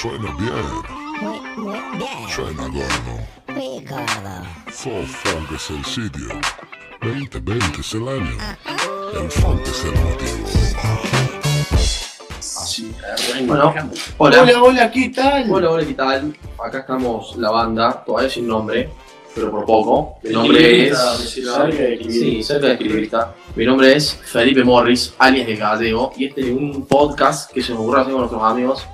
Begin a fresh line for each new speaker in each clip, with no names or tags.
Suena bien,
Muy, muy bien.
suena gordo.
Muy gordo.
Full Funk es el sitio. 2020 es el año. El funk es el motivo.
Bueno,
Hola.
hola.
hola, ¿qué tal?
Hola, hola, ¿qué tal? Acá estamos la banda, todavía sin nombre, pero por poco. Mi nombre es.
Cerca de Equilibrista.
Sí, cerca de Equilibrista. Mi nombre es Felipe Morris, alias de Gallego, y este es un podcast que se nos ocurre hacer con nuestros amigos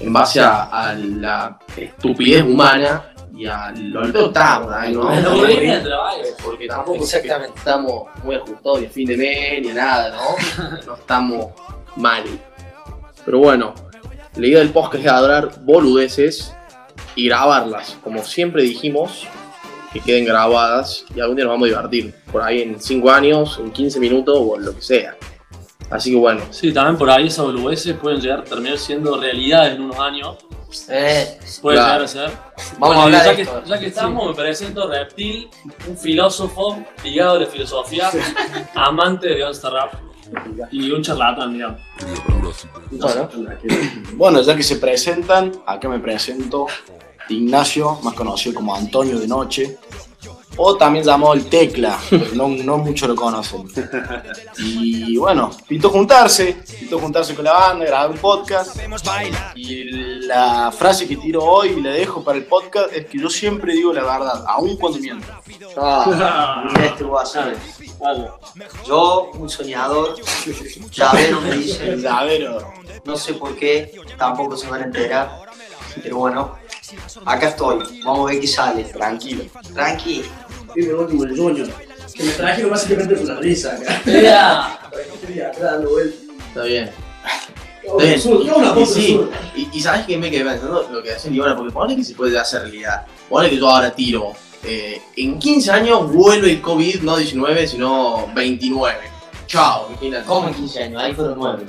en base a, a la estupidez humana y a lo lo tarda, ¿no?
Hola,
No,
hola.
bien, trabajo.
Porque tampoco es que estamos muy ajustados ni a fin de mes ni a nada, ¿no? No estamos mal. Pero bueno, la idea del podcast es adorar boludeces y grabarlas. Como siempre dijimos, que queden grabadas y algún día nos vamos a divertir. Por ahí en 5 años, en 15 minutos o en lo que sea. Así que bueno,
Sí, también por ahí esas boludeces pueden llegar a terminar siendo realidad en unos años.
Eh,
Puede
Claro.
llegar a ser.
vamos a
Bueno,
hablar
ya,
de
que,
esto.
ya que estamos, me presento Reptil, un filósofo ligado a la filosofía, amante de Gangster Rap y un charlatán, digamos.
Criaturas y
Bueno,
Bueno, ya que se presentan, acá me presento Ignacio, más conocido como Antonio de Noche, o también llamado el Tecla, pero no, no mucho lo conocen. Y bueno, pintó juntarse, pintó juntarse con la banda, grabar un podcast. Y la frase que tiro hoy y la dejo para el podcast es que yo siempre digo la verdad, aun cuando miento.
ah, mira este guasón.
Vale.
Yo, un soñador, llavero me dice,
Verdadero.
no sé por qué, tampoco se van a enterar, pero bueno, acá estoy, vamos a ver qué sale. Tranquilo. Tranqui.
Vive último el Junior, que me trajeron básicamente por la risa acá.
Mira,
Estoy acá dando vueltas.
está bien.
Yo surdo, una
Y
voz
sí,
surda.
y, y sabes que me quedé pensando lo que hace Libana, porque ponle que se puede hacer realidad. Ponle que yo ahora tiro. eh, en 15 años vuelve el COVID, no 19, sino 29. Chao, imagínate.
¿Cómo en 15 años? Ahí fueron 9.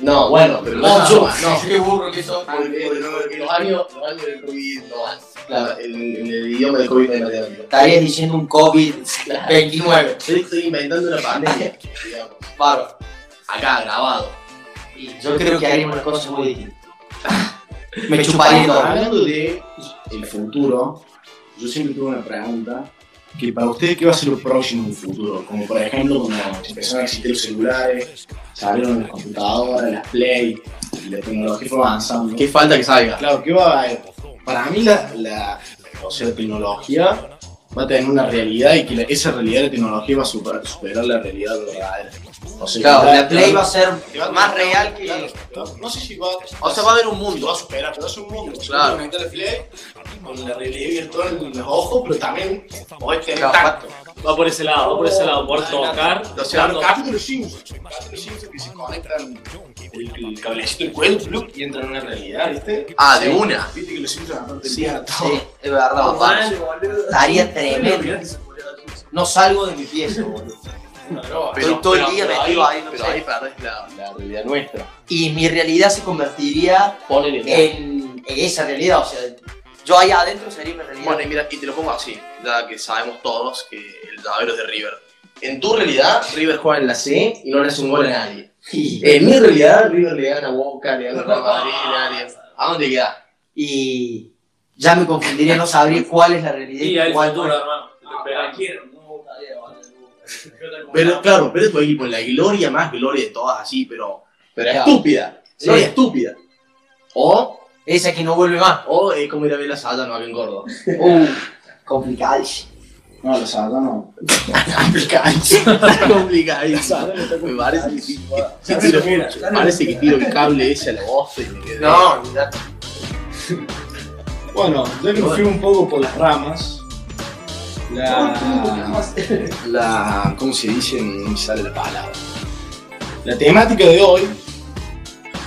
No, bueno, pero no,
Ocho.
no.
Qué burro que sos.
Porque los años, los años del COVID no van. Claro, en, en el idioma del COVID no hay matemática.
Estarías diciendo un COVID-29.
Estoy, estoy inventando una pandemia, digamos.
Paro.
Acá, grabado.
Y Yo creo que haríamos las cosas muy distintas.
Me
chuparía
chuparía.
Hablando
Hablando de el futuro, yo siempre tuve una pregunta. Que para ustedes, ¿qué va a ser lo próximo en el futuro? Como por ejemplo, cuando empezaron a existir los celulares, salieron las computadoras, las Play, y la tecnología fue avanzando.
¿Qué falta que salga?
Claro, ¿qué va a haber? Para mí, la, la, o sea, la tecnología va a tener una realidad y que la- esa realidad de la tecnología va a superar, superar la realidad verdadera. O sea,
Claro,
que
la Play va a ser
te va-
más real que.
Claro, no sé si va.
O sea, va a haber un
mundo,
mundo.
va a superar, pero es un mundo.
Claro.
Claro. Conectar el play con la realidad virtual en los ojos, pero también podés tener
Claro,
tacto.
va por ese lado, va por ese lado, por tocar.
O sea,
tanto-
los capítulos Simpson, capítulos Simpson que se conectan el, el cablecito del cuello plup, y entran en una realidad, ¿viste?
Ah, de una.
Viste que los Simpsons aparte
Sí,
cierto.
sí, es verdad,
Vale,
Paro.
boludo.
Estaría tremendo. No salgo de mi pieza, boludo. Estoy todo el día metido ahí, no
pero
sé.
ahí perdés la, la realidad nuestra.
Y mi realidad se convertiría Eh,
Ponele.
en, en esa realidad. O sea, yo ahí adentro sería mi realidad.
Bueno, y mira, y te lo pongo así, ya que sabemos todos que el llavero es de River. En tu realidad, River juega en la C y no le hace un gol a nadie.
y,
En mi realidad, River le gana a Boca, le gana a Real Madrid, le gana a alguien. ¿A dónde queda?
y ya me confundiría, no sabría cuál es la realidad
Y el
cuál
futuro,
no.
hermano.
Ah, quiero, no me gustaría, boludo.
Pero claro, pero es tu equipo, la gloria más gloria de todas, así, pero, pero
Claro.
estúpida.
Sí.
Gloria estúpida. O,
Esa que no vuelve más.
o es como ir a ver la sala, no en gordo.
Uh, complicadísimo.
No, los no.
Complicadísimo. Complicadísimo. Me parece que sí. Sí, tiro-
Mira,
Parece que tiro el cable ese a la voz y me quedé.
No, olvidate.
Bueno, yo que me fui un poco por las ramas. La. la ¿Cómo se dice? No me sale la palabra. La temática de hoy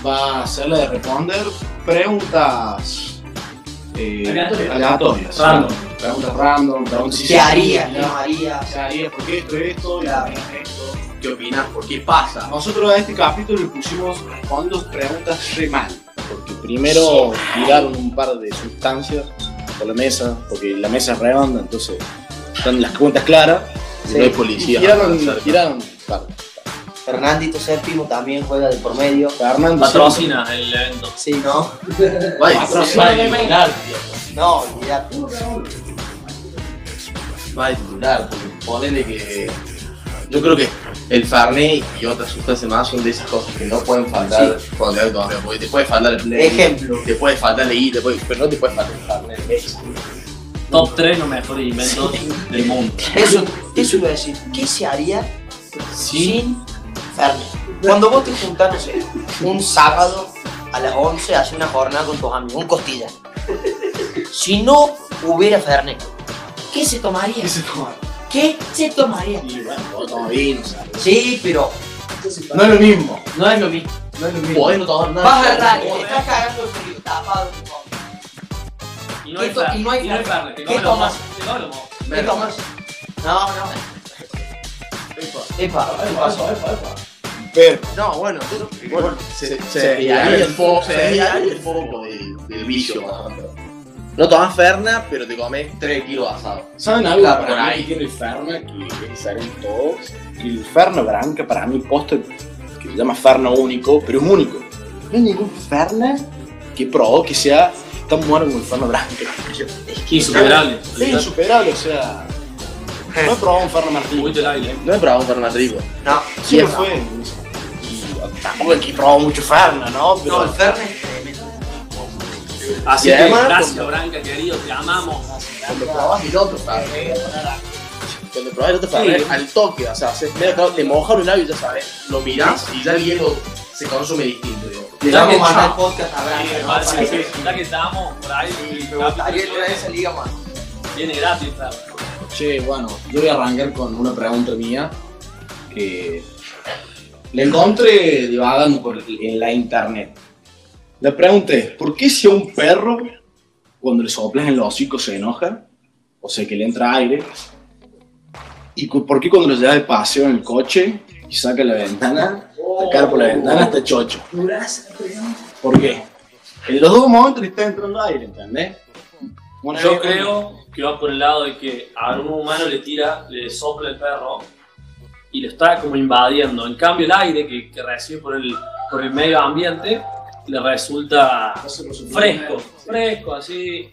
va a ser la de responder preguntas. eh,
Aleatorias.
aleatorias.
Random.
Preguntas random, preguntas
¿Qué harías? ¿Qué no harías?
¿Qué harías? ¿Por qué esto, esto? y
Claro.
por qué esto?
¿Qué opinas? ¿Por qué pasa?
Nosotros a este capítulo le pusimos respondos preguntas re mal. Porque primero tiraron un par de sustancias por la mesa, porque la mesa es redonda, entonces están las cuentas claras.
No hay policía.
Y Tiraron,
cerca.
tiraron un par.
Fernandito Séptimo también juega de por medio.
Fernando
Patrocina el evento.
Sí, ¿no?
Guay.
Patrocina el evento.
No, olvídate.
va a titular, porque ponele que. Yo creo que el Farné y otras sustancias más son de esas cosas que no pueden faltar cuando hay torneo, porque te puede faltar el Play,
Ejemplo.
te puede faltar el I, te puede- pero no te puede faltar el Farné.
Top 3 los mejores inventos del mundo.
Eso, eso iba a decir. ¿Qué se haría
Sí.
sin Fernet? Cuando vos te juntás, no sé, un sábado a las 11 haces una jornada con tus amigos, un costilla. Si no hubiera Fernet, ¿qué se tomaría? ¿Qué se tomaría? Sí, pero
No es lo mismo.
No es lo mismo.
No es lo mismo.
Podés no tomar nada.
vas al radio, estás cagando el frío, tapado.
Y no hay
¿Qué to-
carne.
y no hay
Y no hay
carne?
carne. Te
¿Qué
come lo
tomas?
más. Te come lo más.
¿Qué tomas? No, no. Epa, ¿qué pasó?
Pero,
No, bueno, bueno, se, se,
se
ahí
veía
el foco, se veía ahí el foco del, del vicio. ¿no? No tomás Ferna, pero te comes 3 kilos de asado.
¿saben algo?
Claro, por
para
ahí.
mí tiene el Ferna, que es en todos. El Ferna Branca, para mí, poste, que se llama Ferna único, pero es único. No hay ningún Ferna que probó que sea tan bueno como el Ferna Branca.
Insuperable.
Es insuperable, o sea. No he probado un Ferna Martín.
Juguito el aire. ¿eh?
No he probado un Fernet rico.
No,
Sí, lo fue. Y tampoco es que he probado mucho Ferna, ¿no? Pero
no, el Fernet es tremendo.
Así
Y
que
además,
gracias, Branca, querido. Te amamos.
Cuando probás el otro Fernet, cuando probás el otro Fernet,
Sí.
al toque, o sea, se, mira, claro, te mojas un labio y ya sabes, lo mirás y ya el hielo se consume distinto. digo.
Le
Ya
damos
que-
más al podcast a Branca, ¿no? Para
Parece
que-
que ya que estamos por ahí,
Me gustaría que esa liga más.
viene gratis, claro.
Che, bueno, yo voy a arrancar con una pregunta mía. que le encontré divagando por, en la internet. Le pregunté, ¿por qué si a un perro, cuando le soplas en los hocico, se enoja? O sea, que le entra aire. ¿Y cu- por qué cuando lo llevas de paseo en el coche y saca la ventana,
Oh,
sacar por la ventana está chocho? ¿Por qué? En los dos momentos le está entrando aire, ¿entendés? Bueno,
Yo creo que va por el lado de que a un humano le tira, le sopla el perro y lo está como invadiendo. En cambio, el aire que, que recibe por el, por el medio ambiente le resulta fresco, fresco, así.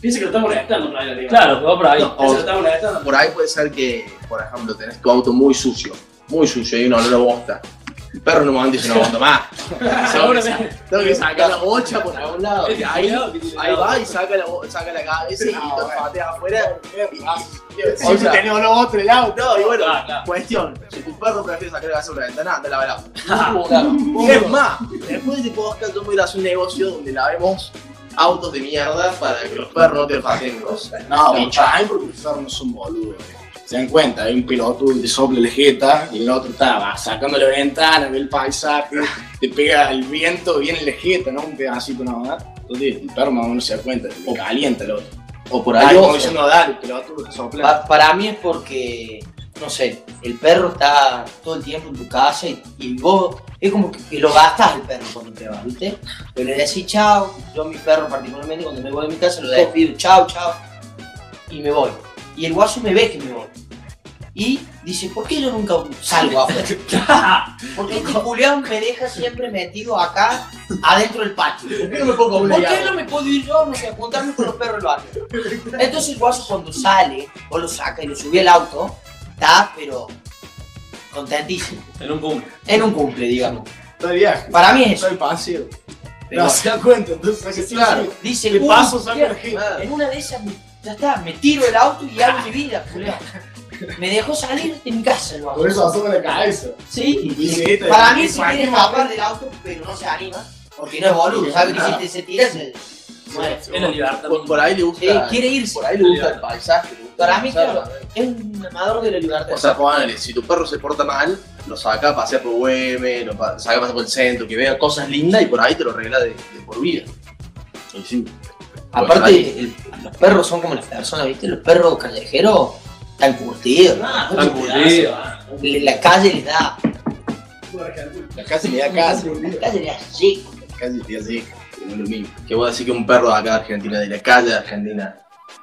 Piensa que lo está molestando, en realidad, digamos.
Claro, que va por ahí.
Piensa que lo está molestando.
Por ahí puede ser que, por ejemplo, tenés tu auto muy sucio, muy sucio y un olor a bosta. El perro en un momento dice, no aguanto más. Tengo que sa- Tengo que sacar la bocha por algún lado. Y ahí, ahí va y saca la, bo- saca la cabeza y lo patea afuera. O sea, tenés olor a otro el auto. No, y bueno,
Ah, claro.
cuestión. Si tu perro prefiere sacar la cabeza por la ventana, anda a lavar el auto. Y es más, después de este podcast yo voy a ir a hacer un negocio donde lavemos autos de mierda para que los perros no te pateen cosas.
No, bicho, ay, porque los perros no son boludos. Se dan cuenta, hay un piloto que te sopla la jeta y el otro estaba sacando la ventana, ve el paisaje, te pega el viento, viene la jeta, ¿no? Un pedacito nada más. Entonces el perro más o menos se da cuenta, o calienta el otro.
O por
Ay,
ahí
como
oso.
diciendo, dale, piloto, que sopla.
Pa- para mí es porque, no sé, el perro está todo el tiempo en tu casa y, y vos es como que, que lo gastas al perro cuando te vas, ¿viste? Pero le decís chao, yo a mi perro particularmente cuando me voy de mi casa lo despido, chao, chao, y me voy. Y el guaso me ve que me voy. Y dice, ¿por qué yo nunca salgo afuera? Porque este Julián me deja siempre metido acá, adentro del patio.
¿Por qué no me pongo
¿Por
un
qué no me puedo ir yo? No sé, a juntarme con los perros del barrio. Entonces el guaso cuando sale, o lo saca y lo sube al auto, está, pero contentísimo.
En un boom.
En un cumple, digamos.
Estoy de viaje,
Para mí es eso.
soy pasivo.
Pero
No se da cuenta, entonces, sí,
Claro.
sí.
Dice,
Le
"Uy,
paso, saco la
¿qué?
jeta.
en una de esas, me- ya está, me tiro el auto y hago mi vida, Julián. Me dejó salir de mi casa el guaso.
Por eso asoma la cabeza.
Sí,
Y sí, te-
para mí se
para
quiere
ti,
escapar del auto, pero no se anima. Porque no es boludo, ¿sabes? Que si te- se tira, se muere.
Es la libertad.
Por, por ahí le gusta.
Eh, quiere irse.
Por ahí le gusta el paisaje. le gusta
Para
la
mí,
cosa.
claro, es un amador de la libertad.
O sea, ponele, si tu perro se porta mal, lo saca a pasear por Güemes, lo pa- saca a pasear por el centro, que vea cosas lindas y por ahí te lo arregla de, de por vida.
Y sí.
Pues Aparte, el- los perros son como las personas, ¿viste? Los perros callejeros están curtidos. ¿no?
Tan curtido.
Le- La calle les da.
La casa le da casa.
La calle les da chico.
Casi te así. No es lo mismo.
Que voy a decir que un perro de acá de Argentina, de la calle de Argentina,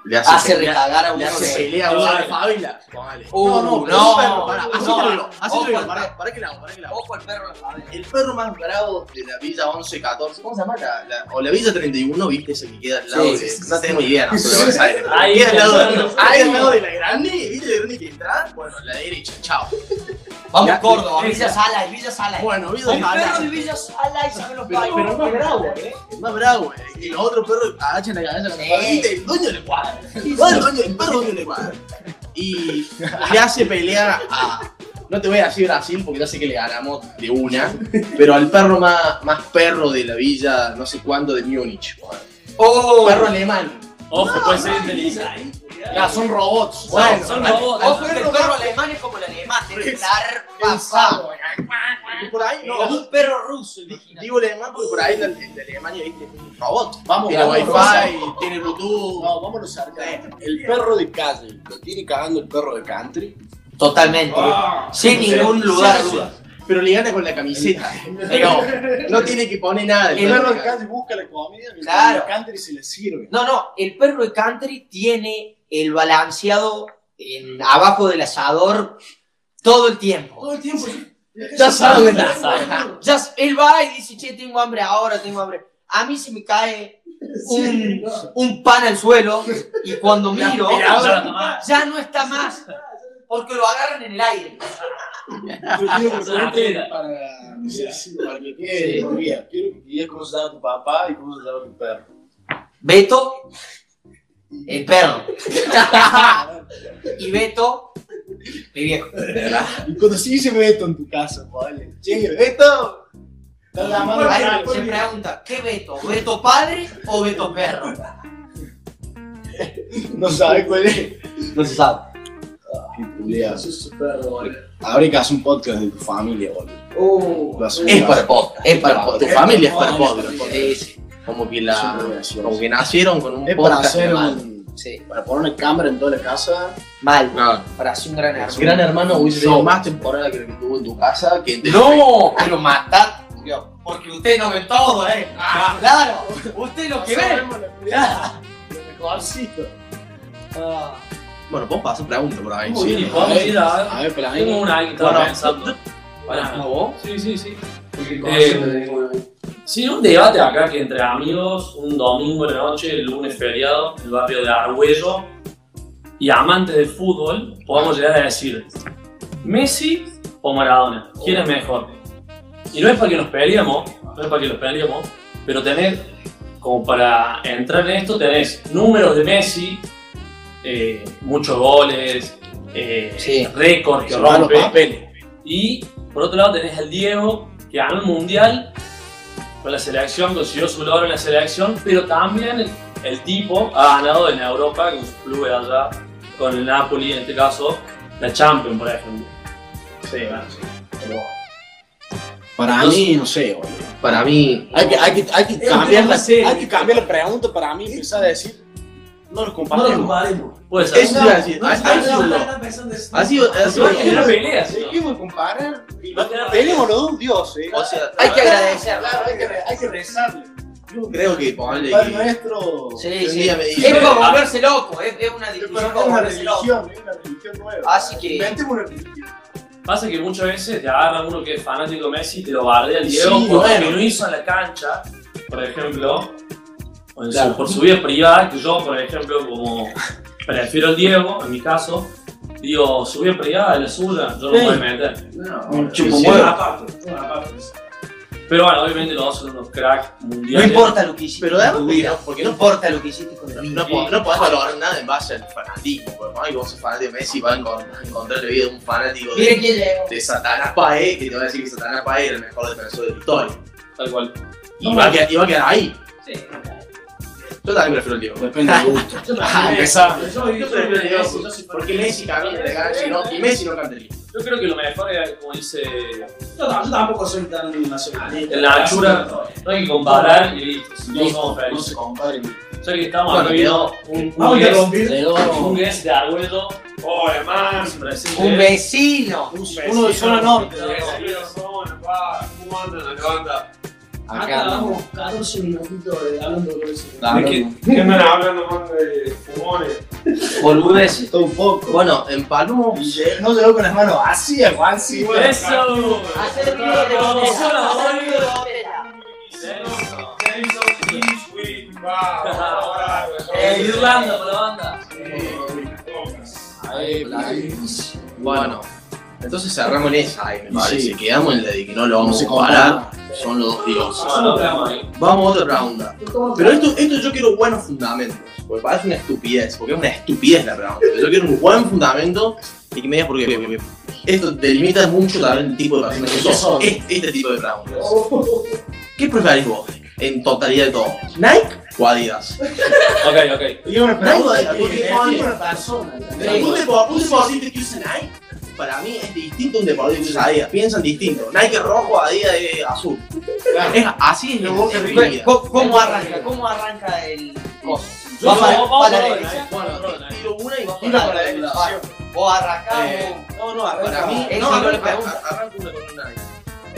Le hace,
hace
pelea-
recagar a
le
uno.
hace
de-
pelea a
no,
uno de
no.
Fabila. Póngale.
Uh,
no, no, pero
no,
un perro, pará,
no,
hacételo,
ojo al
hacételo, pará,
perro.
pará que la hago, pará que la hago.
Ojo al perro de la favela.
El perro más bravo de la Villa 11, 14, ¿cómo se llama? La, la- o la Villa 31, ¿viste? Ese que queda al lado
Sí,
de...
sí, sí,
no
sí.
tenemos idea, no, sobre Buenos Aires. pero
Ahí,
queda al lado, de,
pensando.
ahí al lado de la grande, ¿viste? De grande que entra, bueno, la derecha, chao.
Vamos
Ya,
Córdoba,
sí,
Villa
sí.
Salas, Villa Salas.
Bueno, Villa
eh, El perro
Salas.
de Villa Salas sabe los
Pero-
pagos.
pero no
qué
es
bravo,
bravo,
¿eh?
Es más bravo, eh. Y los otros perros agachan la cabeza con la
Sí.
patita, el dueño del cuadro. No, el dueño, el perro dueño del cuadro. Y le hace pelea a. No te voy a decir Brasil porque ya sé que le ganamos de una, pero al perro más, más perro de la villa, no sé cuándo, de Múnich. joder.
Oh,
Perro alemán.
Ojo, puede ser inteligente.
Ya, son robots.
Bueno, son
al-
robots.
al
ojo, el
perro
perro
más
alemán es como el alemán, debe
Res-
estar
pesado.
pasado.
Porque Por ahí,
Como
no,
un perro ruso, imagínate.
digo el alemán porque por ahí el el de Alemania, viste, es un robot. Vamos, tiene
vamos,
wifi, tiene Bluetooth.
No, vámonos cerca. El perro de calle, lo tiene cagando el perro de country.
Totalmente.
Ah,
Sin ningún lugar a duda.
Pero le gana con la camiseta. No, no tiene que poner nada.
El perro de calle busca la comida, el
Claro.
perro de country se le sirve.
No, no, el perro de country tiene el balanceado en, abajo del asador todo el tiempo.
Todo el tiempo.
Ya saben.
Ya saben.
Ah,
Ya, s- él va y dice, che, tengo hambre ahora, tengo hambre. A mí se me cae un, un pan al suelo y cuando miro
Ya la tomás.
ya no está más porque lo agarran en el aire.
Yo quiero que me
Ah,
cuentes
mira.
para, sí, para que quede por día. Quiero que digas cómo se llama tu papá y cómo se llama tu perro.
Beto, el perro. y Beto, mi viejo.
Y cuando sí se Beto en tu casa, vale. Che, Beto. Está la mano
Ahí
para-
se pregunta, ¿qué Beto? ¿Beto padre o Beto perro?
No sabe cuál es.
No se sabe.
Qué pulea. Habría que hacer un podcast de tu familia, boludo. Lo hacemos.
Es para pod.
Es para
Tu
podcast.
familia es para pod.
Sí, sí.
Como que
Es una
la.
obligación.
Como que nacieron con un
Es para
podcast.
hacer
hermano.
un-
sí.
Para poner una cámara en toda la casa.
Mal.
No.
Para hacer un gran hermano.
Gran hermano hubiese
No.
tenido más temporada que la que tuvo en tu casa que en
No, pero matad. Yo, Porque ustedes no ven todo, ¿eh?
Ah,
claro, ustedes lo que ven. Claro. Ah.
Bueno, vos pasas preguntas por ahí.
Uy,
sí.
y podemos ir a-
A ver, para
Tengo una ahí que estaba
Bueno.
pensando. Pará.
¿A vos?
Sí, sí, sí. Sí, un debate acá que entre amigos, un domingo en la noche, el lunes feriado, el barrio de Argüello y amantes del fútbol, podemos llegar a decir Messi o Maradona, ¿quién es mejor? Y no es para que nos peleemos, no es para que nos peleemos, pero tener, como para entrar en esto, tenés números de Messi, eh, muchos goles, eh,
Sí.
récords que
Se van los
rompe.
papeles.
Y por otro lado tenés al Diego, que ganó el Mundial con la selección, consiguió su logro en la selección, pero también el, el tipo ha ganado en Europa con sus clubes allá, con el Napoli en este caso, la Champions, por ejemplo.
Sí, bueno, sí.
Para mí, no sé, boludo.
Para mí.
Hay que, hay que, hay que
un
cambiar
tema
la,
serio.
hay que cambiar la pregunta para mí y empezar a decir. No los compartimos.
Puede ser.
Eso iba a decir. ha- ha sido lo-
Ah,
Ha sido. ha sido-
Va a tener peleas, ¿no?
Seguimos a comparar.
Va a tener peleas.
Tenemos los dos dioses.
O sea,
Hay que agradecer.
hay que, re- hay que rezarle.
yo creo que ponle
Padre
que.
nuestro.
Sí,
Un
sí.
día me
Es
dice-
para volverse loco, es, es una
Pero
discusión
es
para
una
volverse loco.
religión, es una religión nueva.
Así que-
Inventemos una religión.
Pasa que muchas veces te agarra uno que es fanático de Messi y te lo bardea el
Sí,
Diego porque
bueno.
no hizo en la cancha, por ejemplo, o en su-
Claro.
por su vida privada, que yo, por ejemplo, como prefiero al Diego, en mi caso, digo, su vida privada es la suya, yo no
Sí.
puedo meter.
Un chupo
Sí,
huevo.
aparte, aparte.
Pero bueno, obviamente los dos son unos cracks
No
mundiales.
importa lo que hiciste
Pero
con
además,
tu vida,
porque
no
no-
importa lo que hiciste con el niño.
No, po- no podés valorar nada en base al fanatismo, porque por ahí vos sos fanático de Messi y vas a encon- a encontrar la vida de un fanático
Miren
de,
quién llegó.
de Satanás Pae, que te va a decir que Satanás Pae era el mejor defensor de la historia.
Tal cual.
Y va a quedar, y va a quedar ahí.
Sí.
Yo también prefiero el Diego.
Depende del gusto.
Ah,
Yo,
Yo prefiero el Diego, porque Messi cagó en la cancha y no- y Messi no canta el himno.
creo que lo mejor es, como dice,
Yo tam- yo tampoco soy tan nacionalista.
En la anchura. no hay que comparar y listo, si todos
Listo,
somos
No
felices.
se comparen.
Ya que estamos
Bueno,
hablando un, un
Vamos a
guest,
romper.
un guest de Arguello. Oh, hermano, presente.
Un vecino.
Uno de zona norte.
Hola, ¿Cómo andas? ¿Cómo andas?
Acá andamos.
Acabamos 14 minutitos de hablando de eso.
¿De qué, qué andan hablando más de fumones?
Boludeces.
Todo un poco.
Bueno, empalmamos.
No se con las manos vacías, Juan. Sí,
¡Eso!
Hacer
Todo como sola, boludo.
videos.
Eh, Irlanda, por la banda.
Ahí, eh, Bueno, entonces cerramos en esa, ahí, me parece.
sí.
Quedamos en la de que no lo vamos
se
a comparar. Son los dos dioses. Vamos a otra ronda. Pero esto, esto yo quiero buenos fundamentos. Porque parece una estupidez. Porque es una estupidez la pregunta. Pero yo quiero un buen fundamento y que me digas por qué. porque Esto delimita mucho también el tipo de personas que sos. Este, este tipo de preguntas. ¿Qué preferís vos en totalidad de todo? ¿Nike o Adidas?
Ok, ok.
Y una
Nike o
pregunta.
Adidas. Porque
eh,
Adidas-
Una persona.
pero un depo- un deportista que usa Nike, para mí es distinto a un deportista que usa Adidas. Piensan distinto. Nike es rojo, Adidas es azul. Es, así es lo que
Bueno, ¿Cómo cómo arranca? ¿Cómo arranca el coso?
Yo-
Va para-
vamos por
va
la
para la
derecha.
derecha.
Bueno, por la derecha.
eh. Tiro una y vamos
Tira
para
para
la
la
derecha.
O arranca
Eh,
o- No, no,
Para mí,
Eso
no,
no le
arran-
pregunto.
arranco una con una.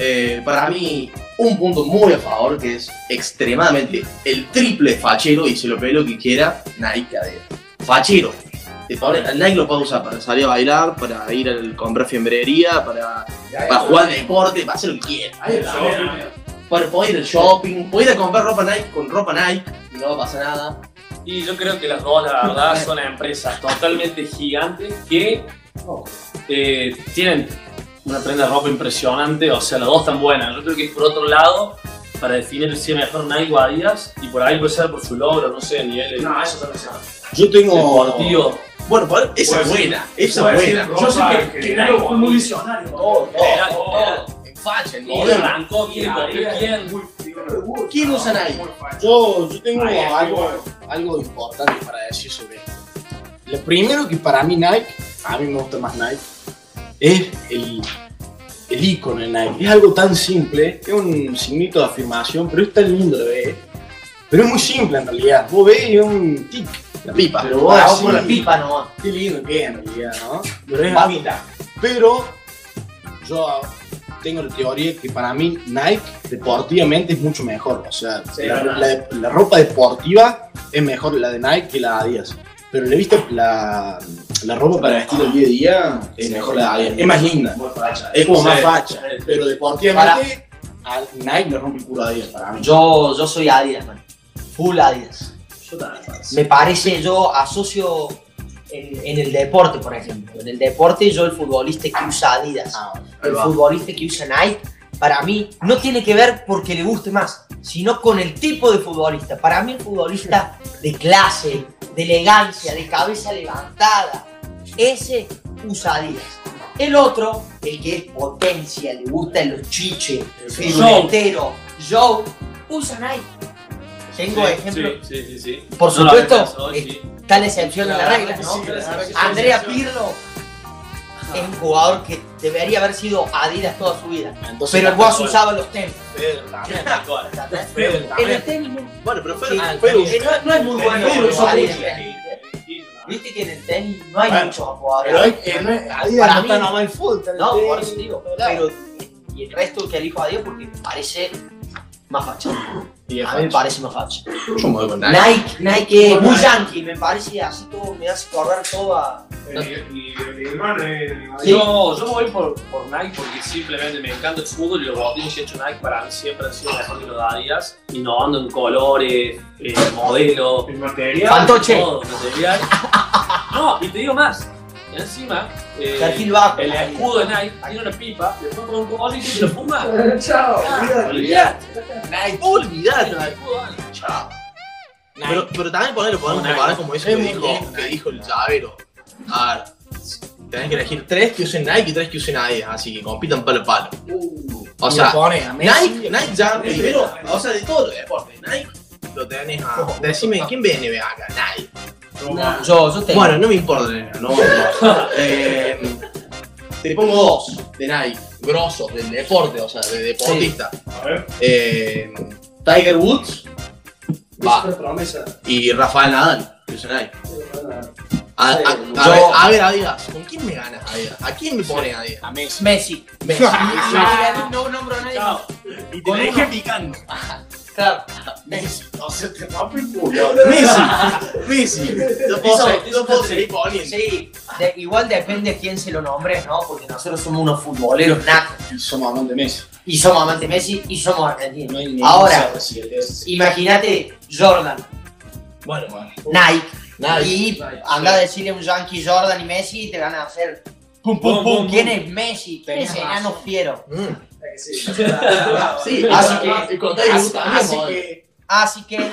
Eh, para mí, un punto muy a favor que es extremadamente el triple fachero y se lo pide lo que quiera Nike Adidas. Fachero. Te pone- el Nike lo puedes usar para salir a bailar, para ir a comprar fiambrería, para, para jugar al deporte, para hacer lo que quieras. Para poder ir al shopping, poder ir a comprar ropa Nike con ropa Nike, no pasa nada.
Y yo creo que las dos, la verdad, son empresas totalmente gigantes que eh, tienen una prenda de ropa impresionante, o sea, las dos tan buenas. Yo creo que es por otro lado, para definir si es mejor Nike o Adidas, y por ahí puede ser por su logro, no sé, a nivel
No, eso también se hace.
Yo tengo.
deportivo.
Bueno, poder- esa
Puede ser-
es Pues buena, esa es buena. Oh,
Yo sé que, Oh, que Nike fue muy visionario.
Era- era-
En facha, en
¿Quién
moderno.
arrancó? ¿Quién copió? ¿Quién?
¿Quién usa Nike?
Yo, yo tengo
Ahí es,
algo,
bueno.
algo importante para decir sobre esto. Lo primero que para mí Nike, a mí me gusta más Nike, es el, el icono de Nike. Es algo tan simple, es un signito de afirmación, pero es tan lindo de ver. Pero es muy simple en realidad. Vos ves y es un tic.
La pipa.
Pero vos
Ah,
decís,
con la pipa nomás.
Qué lindo que es en realidad, ¿no? Pero es
Mamita.
Pero yo tengo la teoría que para mí Nike deportivamente es mucho mejor. O sea, la, la- la ropa deportiva es mejor la de Nike que la de Adidas. Pero le viste la, la ropa para vestir el día a día es mejor la de Adidas. Es más linda. Es como más
Sí.
facha. Pero deportivamente a Nike le rompe el culo a Adidas para mí.
Yo, yo soy Adidas, man. Full Adidas. Me parece, yo asocio en, en el deporte, por ejemplo. En el deporte, yo el futbolista que usa Adidas,
Ah,
el
va.
futbolista que usa Nike, para mí no tiene que ver porque le guste más, sino con el tipo de futbolista. Para mí el futbolista de clase, de elegancia, de cabeza levantada, ese usa Adidas. El otro, el que es potencia, le gustan los chiches, firulentero, Joe, usa Nike. Tengo ejemplo,
Sí, sí, sí, sí.
por
No lo había
supuesto,
pensado,
es-
sí.
tal excepción a la regla, ¿no? Andrea Pirlo es un jugador que debería haber sido Adidas toda su vida.
entonces
Pero el
la-
Guas usaba los tenis.
Actual.
En el tenis no.
Bueno, pero fue,
Sí,
fue
pero-
un-
no, no es muy bueno.
Pero
pero
son
Adidas.
Sí,
Viste que en el tenis no hay
Bueno,
muchos
Pero
jugadores.
es que no es- Adidas
Para
no está
mí-
nomás el fútbol. está el
No, por eso
tenis,
digo.
todo lado.
Pero, y el resto que elijo Adidas porque me parece más facha.
Y es
A mí me
facha.
parece más facha.
Yo me voy con Nike.
Nike, Nike es
Bueno,
muy
Nike.
yankee. Me parece así todo, me hace correr todo a... Sí.
Yo, yo me voy por, por Nike porque simplemente me encanta el fútbol y los botines que ha hecho Nike para mí siempre han sido mejor que los de Adidas, innovando en colores, eh, modelos,
Fantoche,
todo, material. No, y te digo más, encima, eh,
perfil bajo.
el escudo de Nike tiene una pipa, le pones un bolín y se lo fuma.
Chao.
Olvidate,
Nike. Olvidate.
el escudo de Nike.
Chao. Pero, pero también ponerlo, podemos
Nike.
comparar como eso que
Es muy
dijo,
bien.
que dijo el llavero. A ver, tenés que elegir tres que usen Nike y tres que usen Adidas, así que compitan palo a palo. O
Uh, Y
sea,
lo pone a Messi.
Nike, Nike ya primero, o sea, de todos los deportes, Nike lo tenés a... Decime, ¿quién ve NBA acá? Nadie.
Yo, yo tengo.
Bueno, no me importa el NBA, no. no. Eh, te pongo dos de Nike, grosos, del deporte, o sea, de deportista.
A ver.
Eh, Tiger Woods
Va. promesa.
y Rafael Nadal, que usan Nike. A, a- a
Yo-
ver, a ver, Adidas, ¿con quién me ganas Adidas? ¿A quién me pone Adidas?
A Messi.
Messi.
Messi.
Ah, No, no nombro a nadie.
Chao.
Y te la dejé picando.
Claro,
Messi.
o sea, te
Messi. Messi.
No puedo
Hizo-
ser-
hizo
no puedo
seguir poniendo.
Sí, de- igual depende quién se lo nombres, ¿no? Porque nosotros somos unos futboleros natos.
Y somos amantes de Messi.
Y somos amantes de Messi y somos argentinos.
No hay ningún
Ahora,
brasileño.
imagínate Jordan,
Bueno, bueno.
Nike,
Nike.
y anda a decirle a un yankee Jordan y Messi y te van a hacer pum, pum,
Pum,
pum.
pum,
¿Quién es Messi? ¿Quién es
Tenés
enano
razón.
fiero?
Mm. Sí,
así que-
y con Tiger Woods también,
así
joder.
Así que,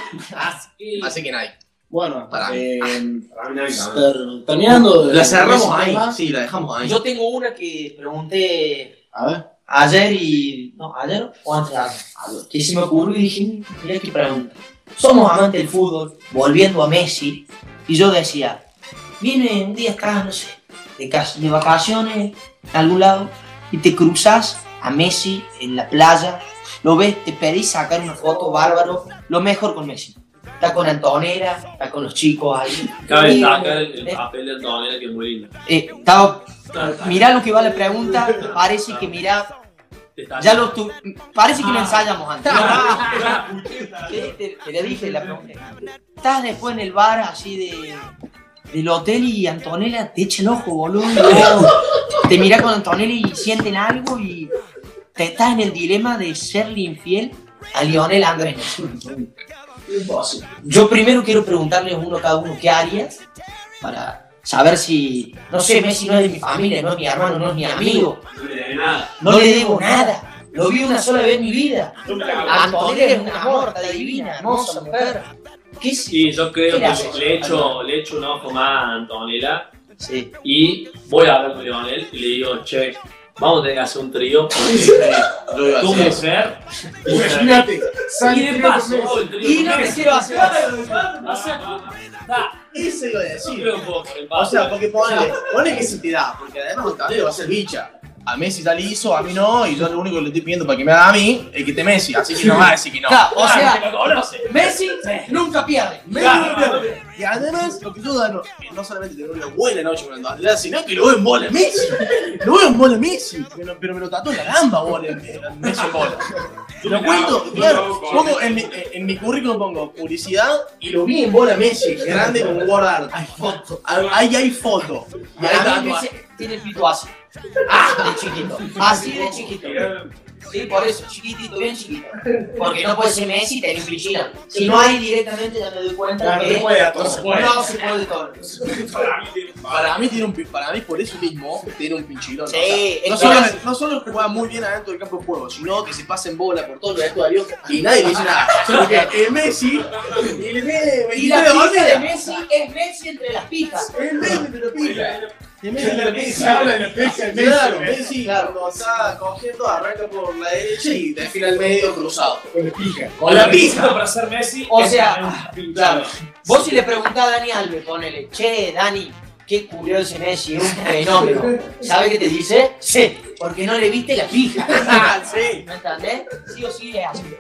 Así que nadie.
Bueno,
Pará.
eh, ter- terminando. de-
La cerramos
ese
ahí.
tema.
Sí, la dejamos ahí.
yo tengo una que pregunté
A ver.
ayer y. No, ayer o antes de ayer. ayer, Que se me ocurrió y dije, mira qué pregunta. Somos amantes del fútbol, volviendo a Messi. Y yo decía, viene un día acá, no sé, de, cas- de vacaciones, a algún lado, y te cruzas a Messi en la playa, lo ves, te pedís sacar una foto bárbaro, lo mejor con Messi. Está con Antonera, está con los chicos ahí.
Cabe
Y-
destacar el, el
eh,
papel de Antonella que es muy lindo.
eh, estaba- mirá lo que va la pregunta, parece que mirá,
Está-
ya lo tu- parece que lo ensayamos antes. Te, te- te le dije la pregunta. Estás después en el bar así de del hotel y Antonella te echa el ojo, boludo. te mira con Antonella y sienten algo y te estás en el dilema de serle infiel a Lionel Andrés. Yo primero quiero preguntarles uno a cada uno qué harías para saber si, no sé, Messi no es de mi familia, no es mi hermano, no es mi amigo,
No le debe nada.
no le debo nada. Lo vi una sola vez en mi vida. Antonella Ah, es un amor, está divina, hermosa mujer. ¿Qué es?
Y yo creo
¿Qué
que
le haces?
le echo, le echo un ojo más a Antonella
Sí.
y voy a hablar con Leonel y le digo, che, vamos a tener que hacer un trío porque
Yo iba a
tu
hacer eso.
mujer...
Imagínate.
Y de paso, hago el trío
Y
con
no te
Messi.
quiero hacer.
O sea, da,
Eso iba a
yo
decir.
creo un poco el
O sea,
paso.
porque ponle, ponle que se te da, porque además Montaleo va a ser bicha. A Messi tal hizo, a mí no, y yo lo único que le estoy pidiendo para que me haga a mí es que te Messi, así que no va a decir que no.
Claro, o
Claro,
sea,
que lo conoce.
Messi nunca pierde.
Claro. Y además, lo que yo gano es no solamente tener una buena noche con Antonella, sino que lo veo en bola Messi. Lo veo en bola Messi. Pero, pero me lo tatuó en la gamba, bola Messi en bola. Te lo cuento, claro. Pongo en mi, en mi currículum pongo publicidad y lo vi en bola Messi, grande con guardar. Hay foto. Ahí hay foto. Y ahí
A mí
tatuaje.
Messi tiene el pito así. De chiquito. Así de chiquito. Sí, por eso, chiquitito, bien chiquito. Porque no puede ser Messi, tenés Cristina. Si no hay directamente, ya me doy cuenta que no se puede todo.
Para mí tiene un pi- para mí por eso mismo tiene un pinchilón.
Sí,
o sea,
es
no,
que
solo,
es-
no solo que juega muy bien adentro del campo de juego, sino que se pasa en bola por todo el vestuario y nadie le dice nada. Porque el Messi, el Messi,
Y la pija de Messi es Messi entre las pijas.
el Messi pero pica. El Messi
El
pero
Messi,
pica.
habla del Messi, el Messi.
Claro, Messi cuando está cogiendo arranca por la derecha y define al medio cruzado. Con la pija.
Para ser Messi,
O
es
sea,
un-
claro. Vos si le preguntás a Dani Alves, ponele, che, Dani, qué curioso Messi, es un fenómeno. ¿Sabe qué te dice? Sí, porque no le viste la pija.
Ah, sí.
¿Me entendés? Sí o sí es así.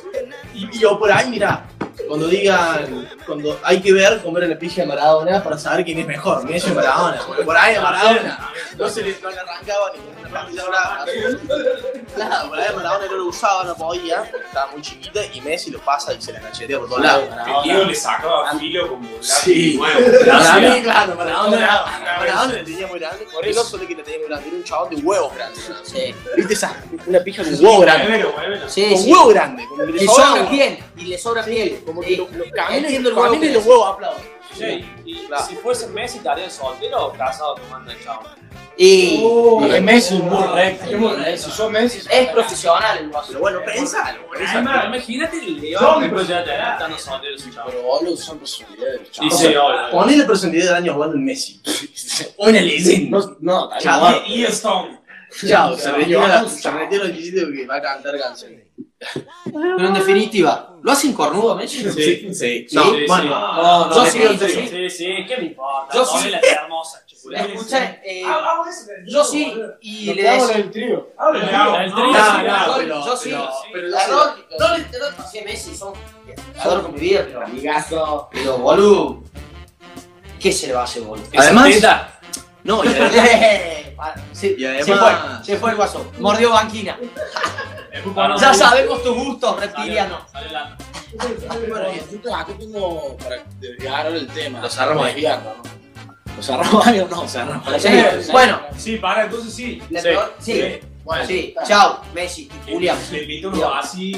Y, y yo por ahí, mira, cuando digan, cuando hay que ver cómo era la pija de Maradona para saber quién es mejor, Messi o Maradona. porque por ahí a Maradona no se le, no le arrancaba ni con una parte ahora. Claro, por ahí a Maradona no lo usaba, no podía, porque estaba muy chiquita y Messi lo pasa y se la cachetea por todos lados.
El tío le sacaba filo como lápiz
Sí.
nuevo.
Para
Gracias.
mí, claro, Maradona, Maradona la tenía muy grande, por eso solo que la tenía muy grande, era un chabón de huevos grandes.
Sí,
¿Viste esa? Una pija con huevo grande.
Muévelo, muévelo.
sí,
Con
sí.
huevo grande, como que le
Le
sobraba
sobra
huevo.
piel. Y le sobra piel.
Como que
Sí.
lo, lo
Entiendo
caminen,
el huevo que
caminen los
es.
huevos aplauden.
Che, y
Claro.
si fuese Messi, ¿estaría soltero o casado tomando el chavo?
Y
Uh, Es Messi, un burro
Si yo Messi.
es profesional el guaso.
Pero bueno, pensalo.
Además, imagínate el león que ya está estando soltero en su chavo.
Pero boludo, son posibilidades.
Y sí, obvio.
Poné la personalidad de año jugando en Messi. Una leyenda.
No, no, tal
Chao.
cual.
Y Stone.
Chao, se
Yo
retira
no sé.
se retira el visito que va a cantar Gansen.
Pero en definitiva, ¿lo hacen cornudo, Messi?
Sí.
Sí.
Sí,
No,
sí,
bueno.
No,
Yo
no,
sí,
no,
sí,
sí.
sí, sí, ¿qué me importa?
Yo
Yo
sí.
sí. la tía hermosa, chupulá.
Escuchá, eh,
Ah,
Hago eso.
yo sí, y le
quedamos
des-
en el trío.
Hablo de
No,
agua.
el trío
No,
sí,
no,
no.
pero-
Yo sí.
pero- pero
La
la-
Adoro, no le no le- sí, Messi, son. Adoro con mi vida, pero amigazo. Pero boludo. ¿Qué se le va a hacer, boludo?
Esa
Además-
teta,
No, y además-
Para, Se,
Y además-
se fue, se fue el guasón. Mordió banquina.
Es muy bueno.
Ya sabemos tus gustos, reptiliano.
Sale la-
Bueno, y entonces acá tengo para desviar el tema.
Lo cerramos ahí.
Desviarlo, ¿no? ¿Lo cerramos ahí o no? Cerramos.
Sí, bueno,
Sí, para, entonces sí.
la
Sí,
peor- sí,
sí.
bueno, sí. Chao, Messi, Julián.
Le invito uno así.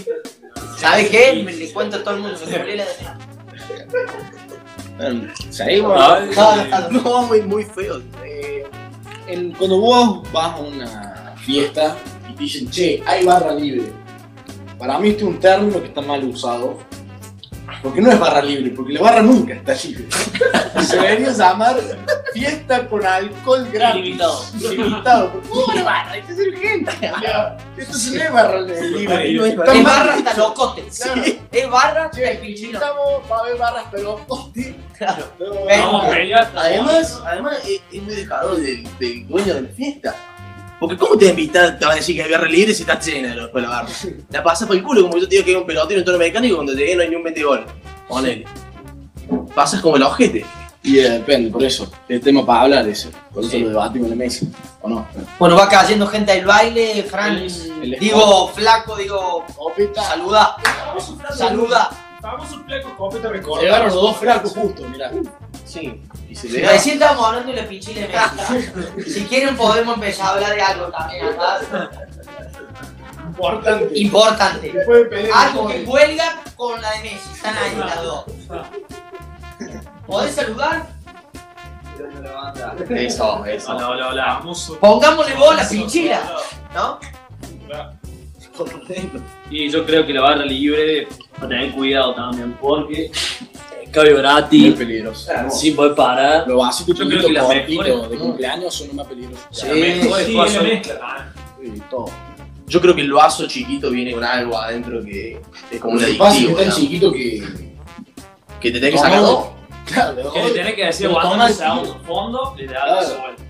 ¿Sabes qué? Me le cuento a todo el mundo. que Julián la-
Bueno, seguimos.
Ay,
No, no, no, no.
No, muy, muy feo.
Eh, en- cuando vos vas a una fiesta y te dicen, che, hay barra libre. Para mí este es un término que está mal usado. Porque no es barra libre, porque la barra nunca está libre. Se debería llamar fiesta con alcohol gratis.
Ilimitado.
Limitado. Pobre barra, esto es urgente. Esto sí no es barra libre.
no es barra.
Está
Es
mal-
barra hasta locote.
Claro.
Es barra hasta
Che,
el pinchino.
Estamos, va a haber barras, pero hostia.
Claro.
Pero-
Ven.
Vamos a pelear.
Además, además es, es muy dejador del, del dueño de la fiesta. Porque ¿cómo te invitan? Te van a decir que hay barra libre si está llena después la barra. La pasas por el culo, como yo te digo que hay un pelotero en tono mecánico cuando llegué no hay ni un 20 gol. Ponele. Pasas como el ojete.
Y eh, depende, por eso. El tema para hablar ese. Por eso lo debatimos en la mesa. ¿O no?
Bueno, va cayendo gente del baile, Fran.
El- el
digo, flaco, digo, saluda, saluda.
Famoso pleco copeta recorta.
Llegaron los dos fracos justo, mirá. Sí. Y se le
Recién estábamos hablando de la pinchila de Messi. si quieren podemos empezar a hablar de algo también acá.
importante.
Importante.
Pueden pedir
Algo que cuelga con la de Messi. Están ahí las dos. ¿Podés saludar?
Eso, eso.
Hola, hola, hola.
Famoso.
Pongámosle bola, pinchila. ¿No?
Y yo creo que la barra libre va a tener cuidado también, porque cabe gratis,
peligroso.
sin poder parar.
Los vasitos
Yo creo
chiquitos
que las
cortitos
mejores-
de cumpleaños son los más peligrosos.
La ¿eh? mejor
Sí,
cosa-
la mezcla.
Y todo.
Yo creo que el vaso chiquito viene con algo adentro que es como un
Lo que pasa es que
adictivo.
es tan
digamos.
chiquito que.
Que te tenés que sacar
Tomado.
dos.
Claro, le
Que le
doy.
tenés que decir,
Lo
aguantame un
tomas-
segundo, fondo, le das
Claro.
la vuelta.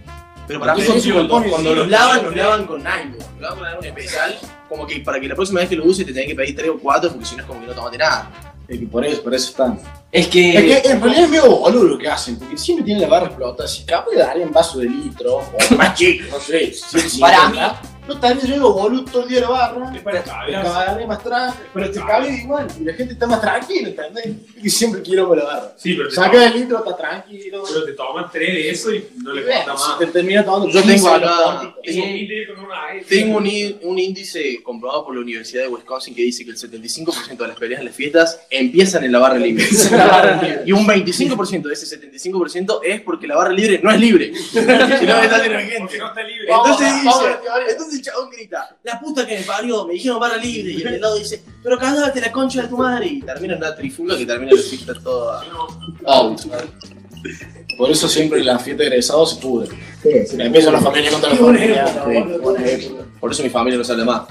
Pero para mí
Eso sí,
cuando,
lo
cuando
ponen
los
así.
lavan, los lavan con algo. Los lavan con algo especial. Como que para que la próxima vez que lo uses te tenés que pedir tres o cuatro porque si no es como que no tomaste nada.
Es que por eso, por eso están.
Es
Es que en realidad es medio boludo lo que hacen, porque siempre tienen la barra explotada. Si capaz de darían vaso de litro, o más chico, no sé.
Para mí.
No estaría lleno boludo todo el día de la barra.
Es para caviar.
Cagaré más atrás, pero te cabe igual, y la gente está más tranquila, ¿entendés? Y siempre quiero por la barra.
Sí, pero te,
Saca el litro, está tranquilo.
pero te toman tres de eso y no le
Bueno,
cuesta
si
más.
te termina tomando.
Yo tengo
quince
acá-
los cortitos.
Es un líder con una S.
Tengo un, í- un índice comprobado por la Universidad de Wisconsin que dice que el 75% de las peleas en las fiestas empiezan en la barra libre. y un 25% de ese 75% es porque la barra libre no es libre. Si no, está lleno de gente.
Porque no está libre.
Entonces
Vamos,
dice,
vamos, vamos.
entonces el chabón grita, la puta que me parió, me dijeron barra libre, y el helado dice, pero cagate la concha de tu madre, y termina en una trifula que termina la fiesta toda out.
Por eso siempre la fiesta de egresados se pudre. Me empiezan la familia contra la familia.
Por eso mi familia no sale más.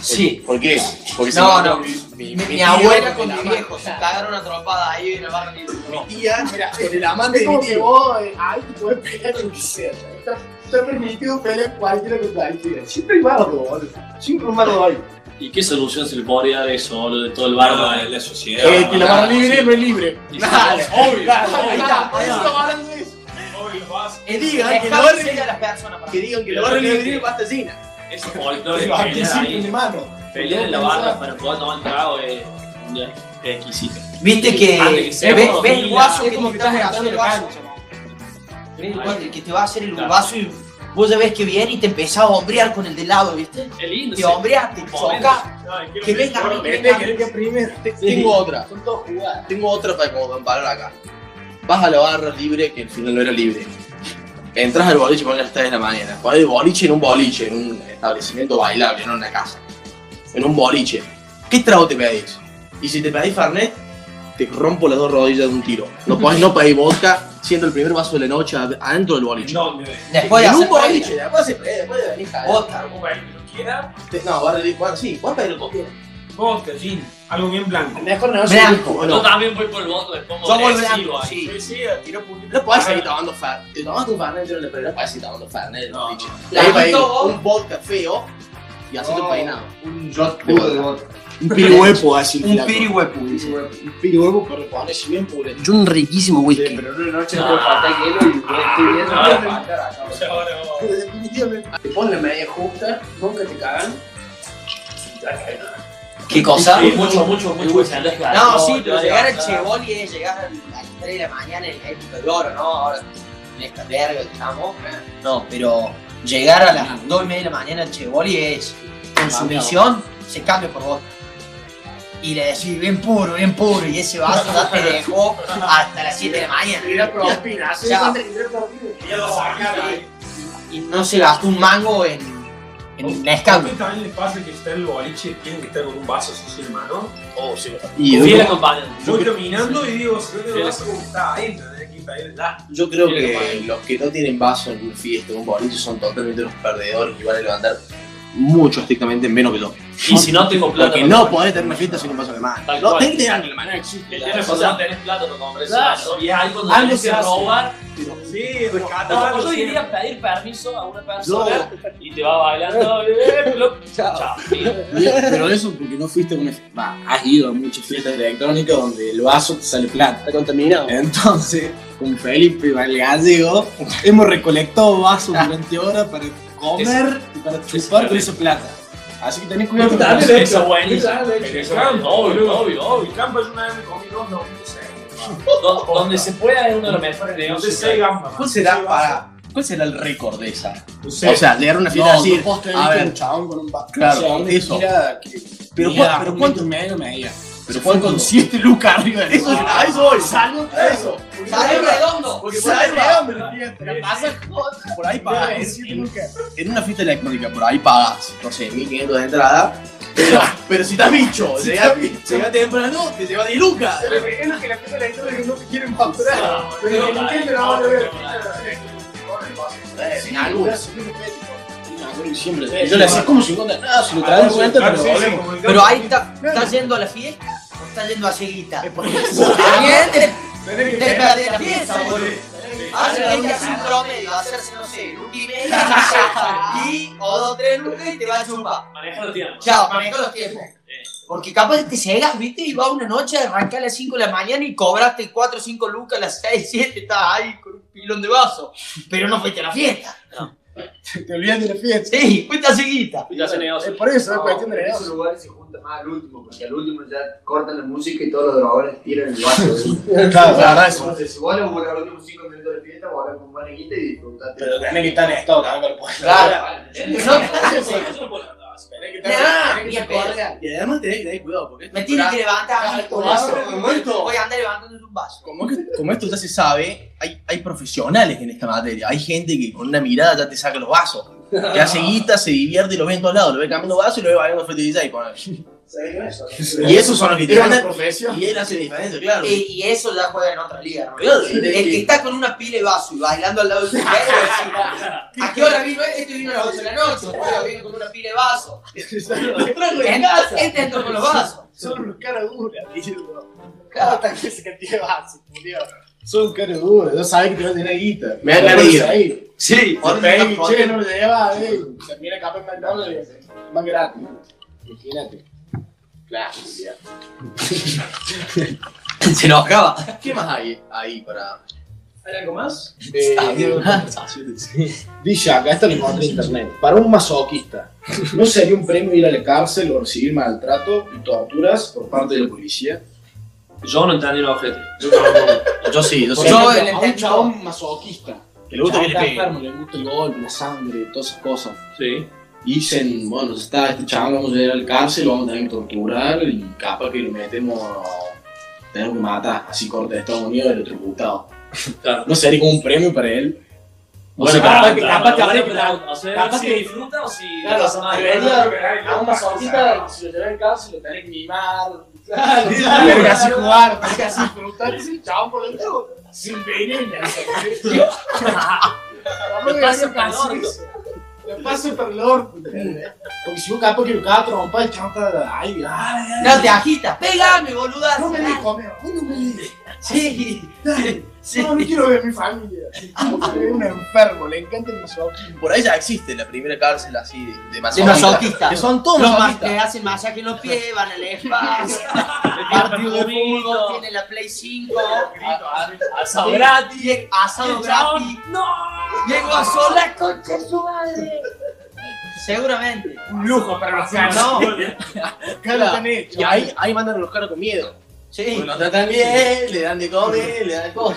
Sí.
¿Por qué? Porque se
No,
me-
no.
Mi,
Mi, mi abuela con mi viejo se cagaron atropada ahí en el barrio libre.
Tía, mira, el amante de mi tío. Vos, eh, ahí te puedes pelear con lo que sea. Está, está permitido pelear cualquiera con cualquiera. Siempre hay bardo, boludo. Siempre un bardo hay.
¿Y qué solución se le podría dar eso, boludo, de todo el
Barba
barba?
de la sociedad.
ah,
Eh, que la barra
Sí.
libre no es libre.
Obvio.
Ahí está, ahí está.
Obvio, vas.
Que
Dejar
digan que, la
que
barra
sea
libre-
las personas para
que
mí.
digan que la barra libre basta llena.
Ese folclore de
Aquí
pelear
siempre de
ahí,
mano.
pelear en la barra para poder tomar trago es es exquisito.
Viste
Antes
que.
que sea
¿Ves
como
ves el
Villa,
guaso
"Oh, es
que
como
te
que
está
estás
haciendo el
entrando
vaso?
en la
Ves el guaso que te va a hacer el vaso y vos ya ves que viene y te empezás a hombrear con el de lado, ¿viste?
Es lindo.
Te
ese
hombreas, te
momento.
chocas.
Ay, quiero
Que
ver-
venga,
Bueno,
venga.
primero.
Tengo otra,
Son todos jugadas.
tengo otra para como comparar acá. Vas a la barra libre que al final no era libre. Entras al boliche con las 3 de la mañana. Pones el boliche en un boliche, en un establecimiento bailable, no en una casa. En un boliche. ¿Qué trago te pedís? Y si te pedís Fernet, te rompo las dos rodillas de un tiro. No podés no pedir vodka, siendo el primer vaso de la noche ad- adentro del boliche.
¿Dónde?
Después de
en
hacer
un
previa,
boliche, después se puede, después de venir caer.
Vodka.
¿Cómo va? ¿Lo quiera?
Te- No, barra libre, bueno, sí, podés pedir lo que quieras.
Vodka, gin. Algo bien blanco.
Mejor no
Blanco.
Bueno,
Yo también voy por el voto, le pongo
Yo voy
agresivo
blanco,
ahí.
sí.
sí, tiró puñito.
No podés seguir tomando Fernet. Te tomaste un Fernet dentro de la pelea, no podés seguir tomando Fernet.
No,
La
La
iba a ir
Tito,
un vodka feo,
y hacete un peinado.
Un shot puro de vodka.
Un pirihuepo así.
Un
flaco.
pirihuepu, dice.
Un pirihuepo corresponde si bien pure.
Yo un riquísimo
Sí,
whisky.
pero en una noche no puede faltar hielo y yo estoy viendo
Ah,
que
ah,
me van a matar acá, o sea,
Ahora vamos.
definitivamente. Te ponen la media justa, nunca te cagan.
¿Qué cosa?
Sí, mucho, mucho, mucho porcentaje de
No,
alcohol,
sí, pero
ya,
llegar al
ya.
Chevoli es llegar a las 3 de la mañana en la época de oro, ¿no? Ahora en esta verga que estamos. ¿eh? No, pero llegar a las 2 y media de la mañana al Chevoli es consumición, se cambia por vos. Y le decís, bien puro, bien puro, y ese vaso ya te dejó hasta las 7 de la mañana.
Y la propina, así
Chao.
cuando- y la propina.
Ya lo sacaron.
Y no se gastó un mango en, en la
¿A
escambio.
mí también les pasa que está en el boliche y tienen que estar con un vaso así en mano?
Oh, sí.
Y
Fiel acompañante.
Voy caminando y digo, si no tengo vaso, como que está adentro, tenés que ir para el lado.
Yo creo que los que no tienen vaso en una fiesta, en un boliche, son totalmente los perdedores y van a levantar mucho estrictamente menos que yo.
Y si no tengo plata.
Porque no podés tener una fiesta sin un vaso de mano.
Tal
No,
cual.
tenés que tener algo de mano, existe.
El tema es
O
cuando
sea,
no tenés plata, no compras
Claro.
eso. Y es ahí cuando
Algo
tenés que
se hace.
robar.
Sí,
Como
rescatar.
yo diría pedir permiso a una persona y te va bailando. Chao. Chao.
Pero eso porque no fuiste a una fiesta. has ido a muchas fiestas electrónicas donde el vaso te sale plata.
Está contaminado.
Entonces, con Felipe Valgallego, hemos recolectado vasos durante horas para comer y para chupar con esa plata. Así que tenés cuidado con
Dale,
eso.
dale.
Eso es buenísimo.
Dale,
Eso es
dale.
buenísimo. Obvio, obvio, obvio.
El campo yo una vez me comí dos domingos seguidos.
Do- Donde se pueda es uno de los mejores
Entonces,
negocios.
seis gambas.
¿Cuál será, para, ¿Cuál será el récord de esa?
No sé.
O sea, llegar a una fiesta
No,
así.
no puedo tener
A ver,
un chabón con un vaso.
Claro,
O sea, una
eso.
tira que-
Pero
Mira,
cuán- pero
un
cuánto-
metro y medio me diga.
Pero
Se fue
cuánto-
con 7 lucas arriba de
eso es, a eso voy. Salud a eso.
¡Sale redondo!
Porque por ahí
¡Sale
pagás,
redondo!
por ahí pagás. En, en una fiesta electrónica, por ahí pagás, no sé, 1500 de entrada. Pero, pero si estás bicho, llegás llegás temprano, te llevas 10 lucas.
Es lo que la gente de la historia no te quieren facturar. Pero el Nintendo la van a ver.
En algunas.
Yo le decía, como 50? No, si lo traes
Claro,
cuenta,
claro,
pero
sí,
volvemos.
como el
Pero
campo.
ahí está, está yendo a la fiesta, o está yendo a seguita. También te
Tenés que
te
tener-
perdés la fiesta, boludo.
Sí.
Hacer que hacer un promedio, hacerse, no sé, un y medio, y o dos, tres lucas y te va a chupar.
Manejar lo tiene.
Chao, maneja los tiempos. Porque capaz te cegas, viste, y va una noche, arranca a las 5 de la mañana y cobraste 4 o 5 lucas a las 6, 7, estás ahí con un pilón de vaso. Pero no fuiste a la fiesta.
Te olvidas de la fiesta.
Sí, fuiste a seguita.
Ya se negocio.
Es por eso, es cuestión de
en
esos lugares se junta más al último, porque al último ya cortan la música y todos los drogadores tiran el vaso. ¿eh?
Claro, la verdad es-
Entonces, si vos le volás los últimos 5 minutos de fiesta, vos hablas con Vaneguita y disfrutaste.
Pero tenés que estar en estado también para poder.
Claro. No, Nah,
Tenés que
ni a
estar-
pedo.
Y además tenés que tener cuidado, porque
Me tiene que levantar
Claro,
un
claro,
vaso.
como esto.
Voy a andar levantando un vaso.
Como, es que- como esto ya se sabe, hay, hay profesionales en esta materia. Hay gente que con una mirada ya te saca los vasos. Que hace guita, se divierte y lo ve en todos lados. Lo ve cambiando vasos y lo ve bailando frente al DJ. ponele. Y esos son los que te
Era una
ganan.
profesión.
Y él hace la diferencia, claro.
Eh, Y, y eso ya juega en otra liga, hermano.
Claro, sí,
El
sí.
que está con una pila de vaso y bailando al lado de su perro, sí. ¿a qué hora vino este? Este vino a las 8 de la noche, otro vino con una pila de vaso. Este este entró con los vasos.
Son unos caras duras, tío.
Claro.
Cada vez que te vas, tío. Son caras duras, no saben que te van a tener guita.
Me dan ganas de ir.
Ahí.
Sí,
Por pedir, che, no me llevas, eh. Termina capaz en McDonald's, eh. más gratis. Imagínate. Claro, ya.
Se enojaba.
¿Qué más hay ahí para.?
¿Hay algo más?
Eh, Dice acá, esto lo encontré en internet. Para un masoquista, ¿no sería un premio ir a la cárcel o recibir maltrato y torturas por parte de la policía?
Yo no entendí el objeto.
Yo sí, yo sí.
Yo- el
a un
entendí.
chabón masoquista.
Que le gusta que le
Chabón está
peguen.
enfermo, le gusta el golpe, la sangre, todas esas cosas.
Sí.
Y dicen, bueno, ya está este chabón, lo vamos a llevar al cárcel, lo vamos a tener que torturar y capaz que lo metemos, tenemos que matar, así corte de Estados Unidos, electrocutado.
Claro.
No sería como un premio para él. O
Bueno,
sea, capaz que, capaz que habría que-
pero, o sea,
capaz
si
que-
disfruta o si
Claro,
no pasa nada.
A
debería- si lo llevas al cárcel, lo tenés que mimar. Claro,
Tenés que así
jugar, tenés que así disfrutar. Ese chabón por el dedo, sin veneno.
Lo pasa para el orto.
Lo paso para el orto. Porque si un capo que lo caga a trompa, el chabón está ahí, ay, ay.
No te agitas, pégame, boluda.
No me dejo, amigo, no me dejo.
Sí.
No, no quiero ver a mi familia. Es un enfermo, le encanta el masoquismo.
Por ahí ya existe la primera cárcel así de, de
De
masoquistas.
masoquistas.
Que son todos
los ma-
masoquistas.
que hacen masaje en los pies, van al espacio. partido de fútbol, tiene la Play 5.
Asado gratis.
Bien, Asado gratis.
¡No!
Llego a sola, concha de su madre. Seguramente.
Un lujo para los fans.
No.
Y ahí, ahí mandan a los caras con miedo.
Sí,
Lo tratan bien, le dan de comer, le dan de comer.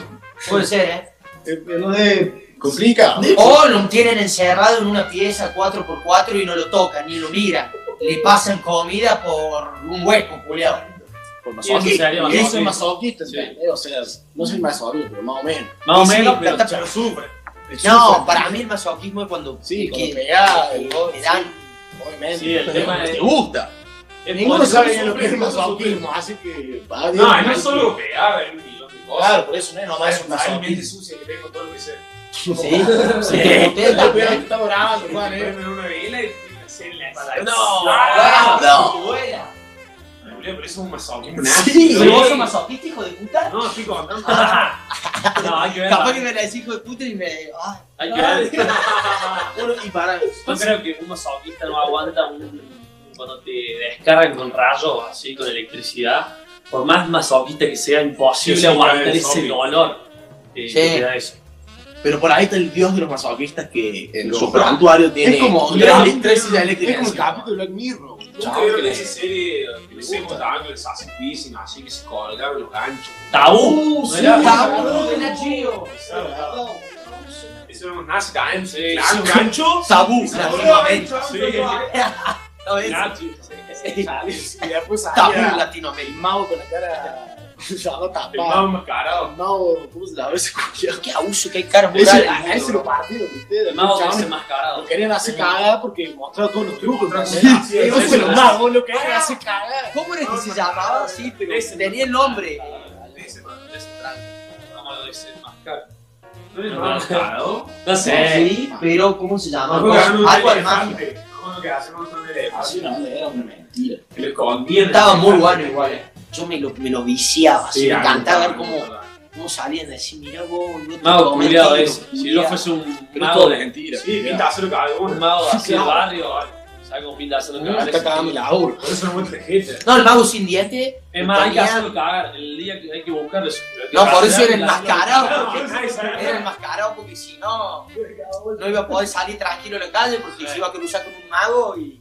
puede ser, ¿eh?
Eh, eh, No de. Complica.
O lo tienen encerrado en una pieza 4x4 y no lo tocan ni lo miran. Le pasan comida por un hueco, culiado.
Por
Y eso
masoquista.
sería
Yo soy
masoquismo.
masoquista, ¿entendés? O sea, no soy masoquista, pero más o menos.
Más o
Sí,
menos,
pero
pero
está- No, para mí el masoquismo es cuando,
Sí,
que,
cuando pegás,
que
el gol,
le dan
Obviamente.
Sí, el tema es-
Te gusta.
es
Ninguno
por-
sabe bien lo que es el masoquismo, así que. va, digo,
No, no es solo pegar, es un millón de cosas.
Claro, por eso no es nomás
Es
un
una mente
masoquismo.
sucia que tengo todo lo que sé.
Sí, sí, ustedes
Cuidado que
también.
estamos grabando, Juan, eh.
Ponerme una vela y hacer la
No,
Ah,
no.
Julián, Pero eso es un masoquismo.
Sí,
¿Pero vos sos masoquista, hijo de puta?
No, estoy contando.
No, hay que ver.
Capaz que me la decís hijo de puta y me. ah,
Hay que ver.
Bueno, y para.
Yo creo que un masoquista no aguanta un- cuando te descargan con rayos, así, con electricidad. Por más masoquista que sea, imposible
Sí, sí,
aguantar
es
ese
obvio.
dolor. eh,
Sí.
que te da eso.
Pero por ahí está el dios de los masoquistas que en
No.
su santuario tiene
como-
tres, tres sillas
Es
eléctricas.
como el
encima.
capítulo de Black Mirror. boludo.
¿Nunca vieron esa serie que no sé contaban que les hacen piercing así que se colgaban los ganchos?
Tabú.
Sí,
¿verdad?
Tabú de la Gio.
Eso era más nazi
¿eh?
también. Le dan los ganchos.
Tabú.
Latinoamérica.
¿no ves?
Nazi.
Y después
Tabú
salía el
Latinoamérica.
mago con la cara. Ya no
El
tapada.
más enmascarado.
El mago, ¿cómo se la ve ese culiao?
Qué abuso, qué caras
Ese-
murales.
A ese lo partieron ustedes.
El mago que
chabón.
es enmascarado.
Lo querían hacer cagada porque mostraba todos los trucos.
Sí,
¿entendés?
sí,
Eso
sí,
fue
sí.
lo más, vos lo querían hacer cagada.
¿Cómo era que se llamaba así? Pero tenía el nombre.
Vamos a desenmascarar.
¿No es enmascarado?
No sé.
Sí, pero ¿cómo se llamaba?
Algo que hacen un
Algo al mágico.
elefante. Algo que hacen un elefante.
Así no, era una mentira.
Que le escondían.
Estaba muy bueno igual. eh. Yo me lo, me lo viciaba, así, me encantaba ver cómo, cómo salían. Decir, mirá vos, yo te
Mago
comí,
culiado
te
es.
lo
Si yo
culiaba".
fuese un
Pero
mago
todo es
de
mentira.
Sí, pinta hacer lo que hago.
un mago así del
Claro.
barrio, ¿sabes cómo pinta hacer los
Me está cagando
cagadores?
la obra.
Por eso no muestra gente.
No, el mago sin dientes.
Es más, hay que
tenía-
hacerlo cagar. El día que hay que buscarlo. es-
No, por eso era el
la-
mascarado.
Claro,
porque-
nadie sabe.
Era el mascarado porque si no, no iba a poder salir tranquilo a la calle porque se iba a cruzar con un mago y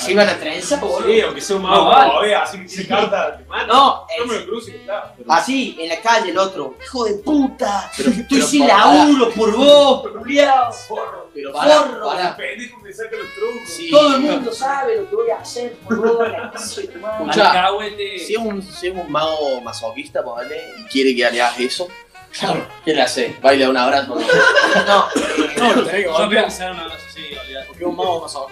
se iba a la trenza, pues, boludo.
Sí, aunque sea un mago,
No, vale.
todavía, así que tiene carta de mano.
No,
No me
eh,
lo cruces, claro.
así, en la calle el otro. Hijo de puta, estoy
pero
sin
pará.
laburo por vos, culiao.
Porro.
Pero
Porro.
El pendejo me saca los trucos.
Sí.
Todo el mundo sabe lo que voy a hacer por vos, la concha de tu madre.
Alcahuete.
Si es un, si es un mago masoquista, ponele, y quiere que le hagas eso,
Claro.
¿qué le hace? Baila un abrazo. ¿no?
No,
No, lo tenés que
Yo creo
golpear.
que será una cosa así, olvidate.
Porque un mago más abajo.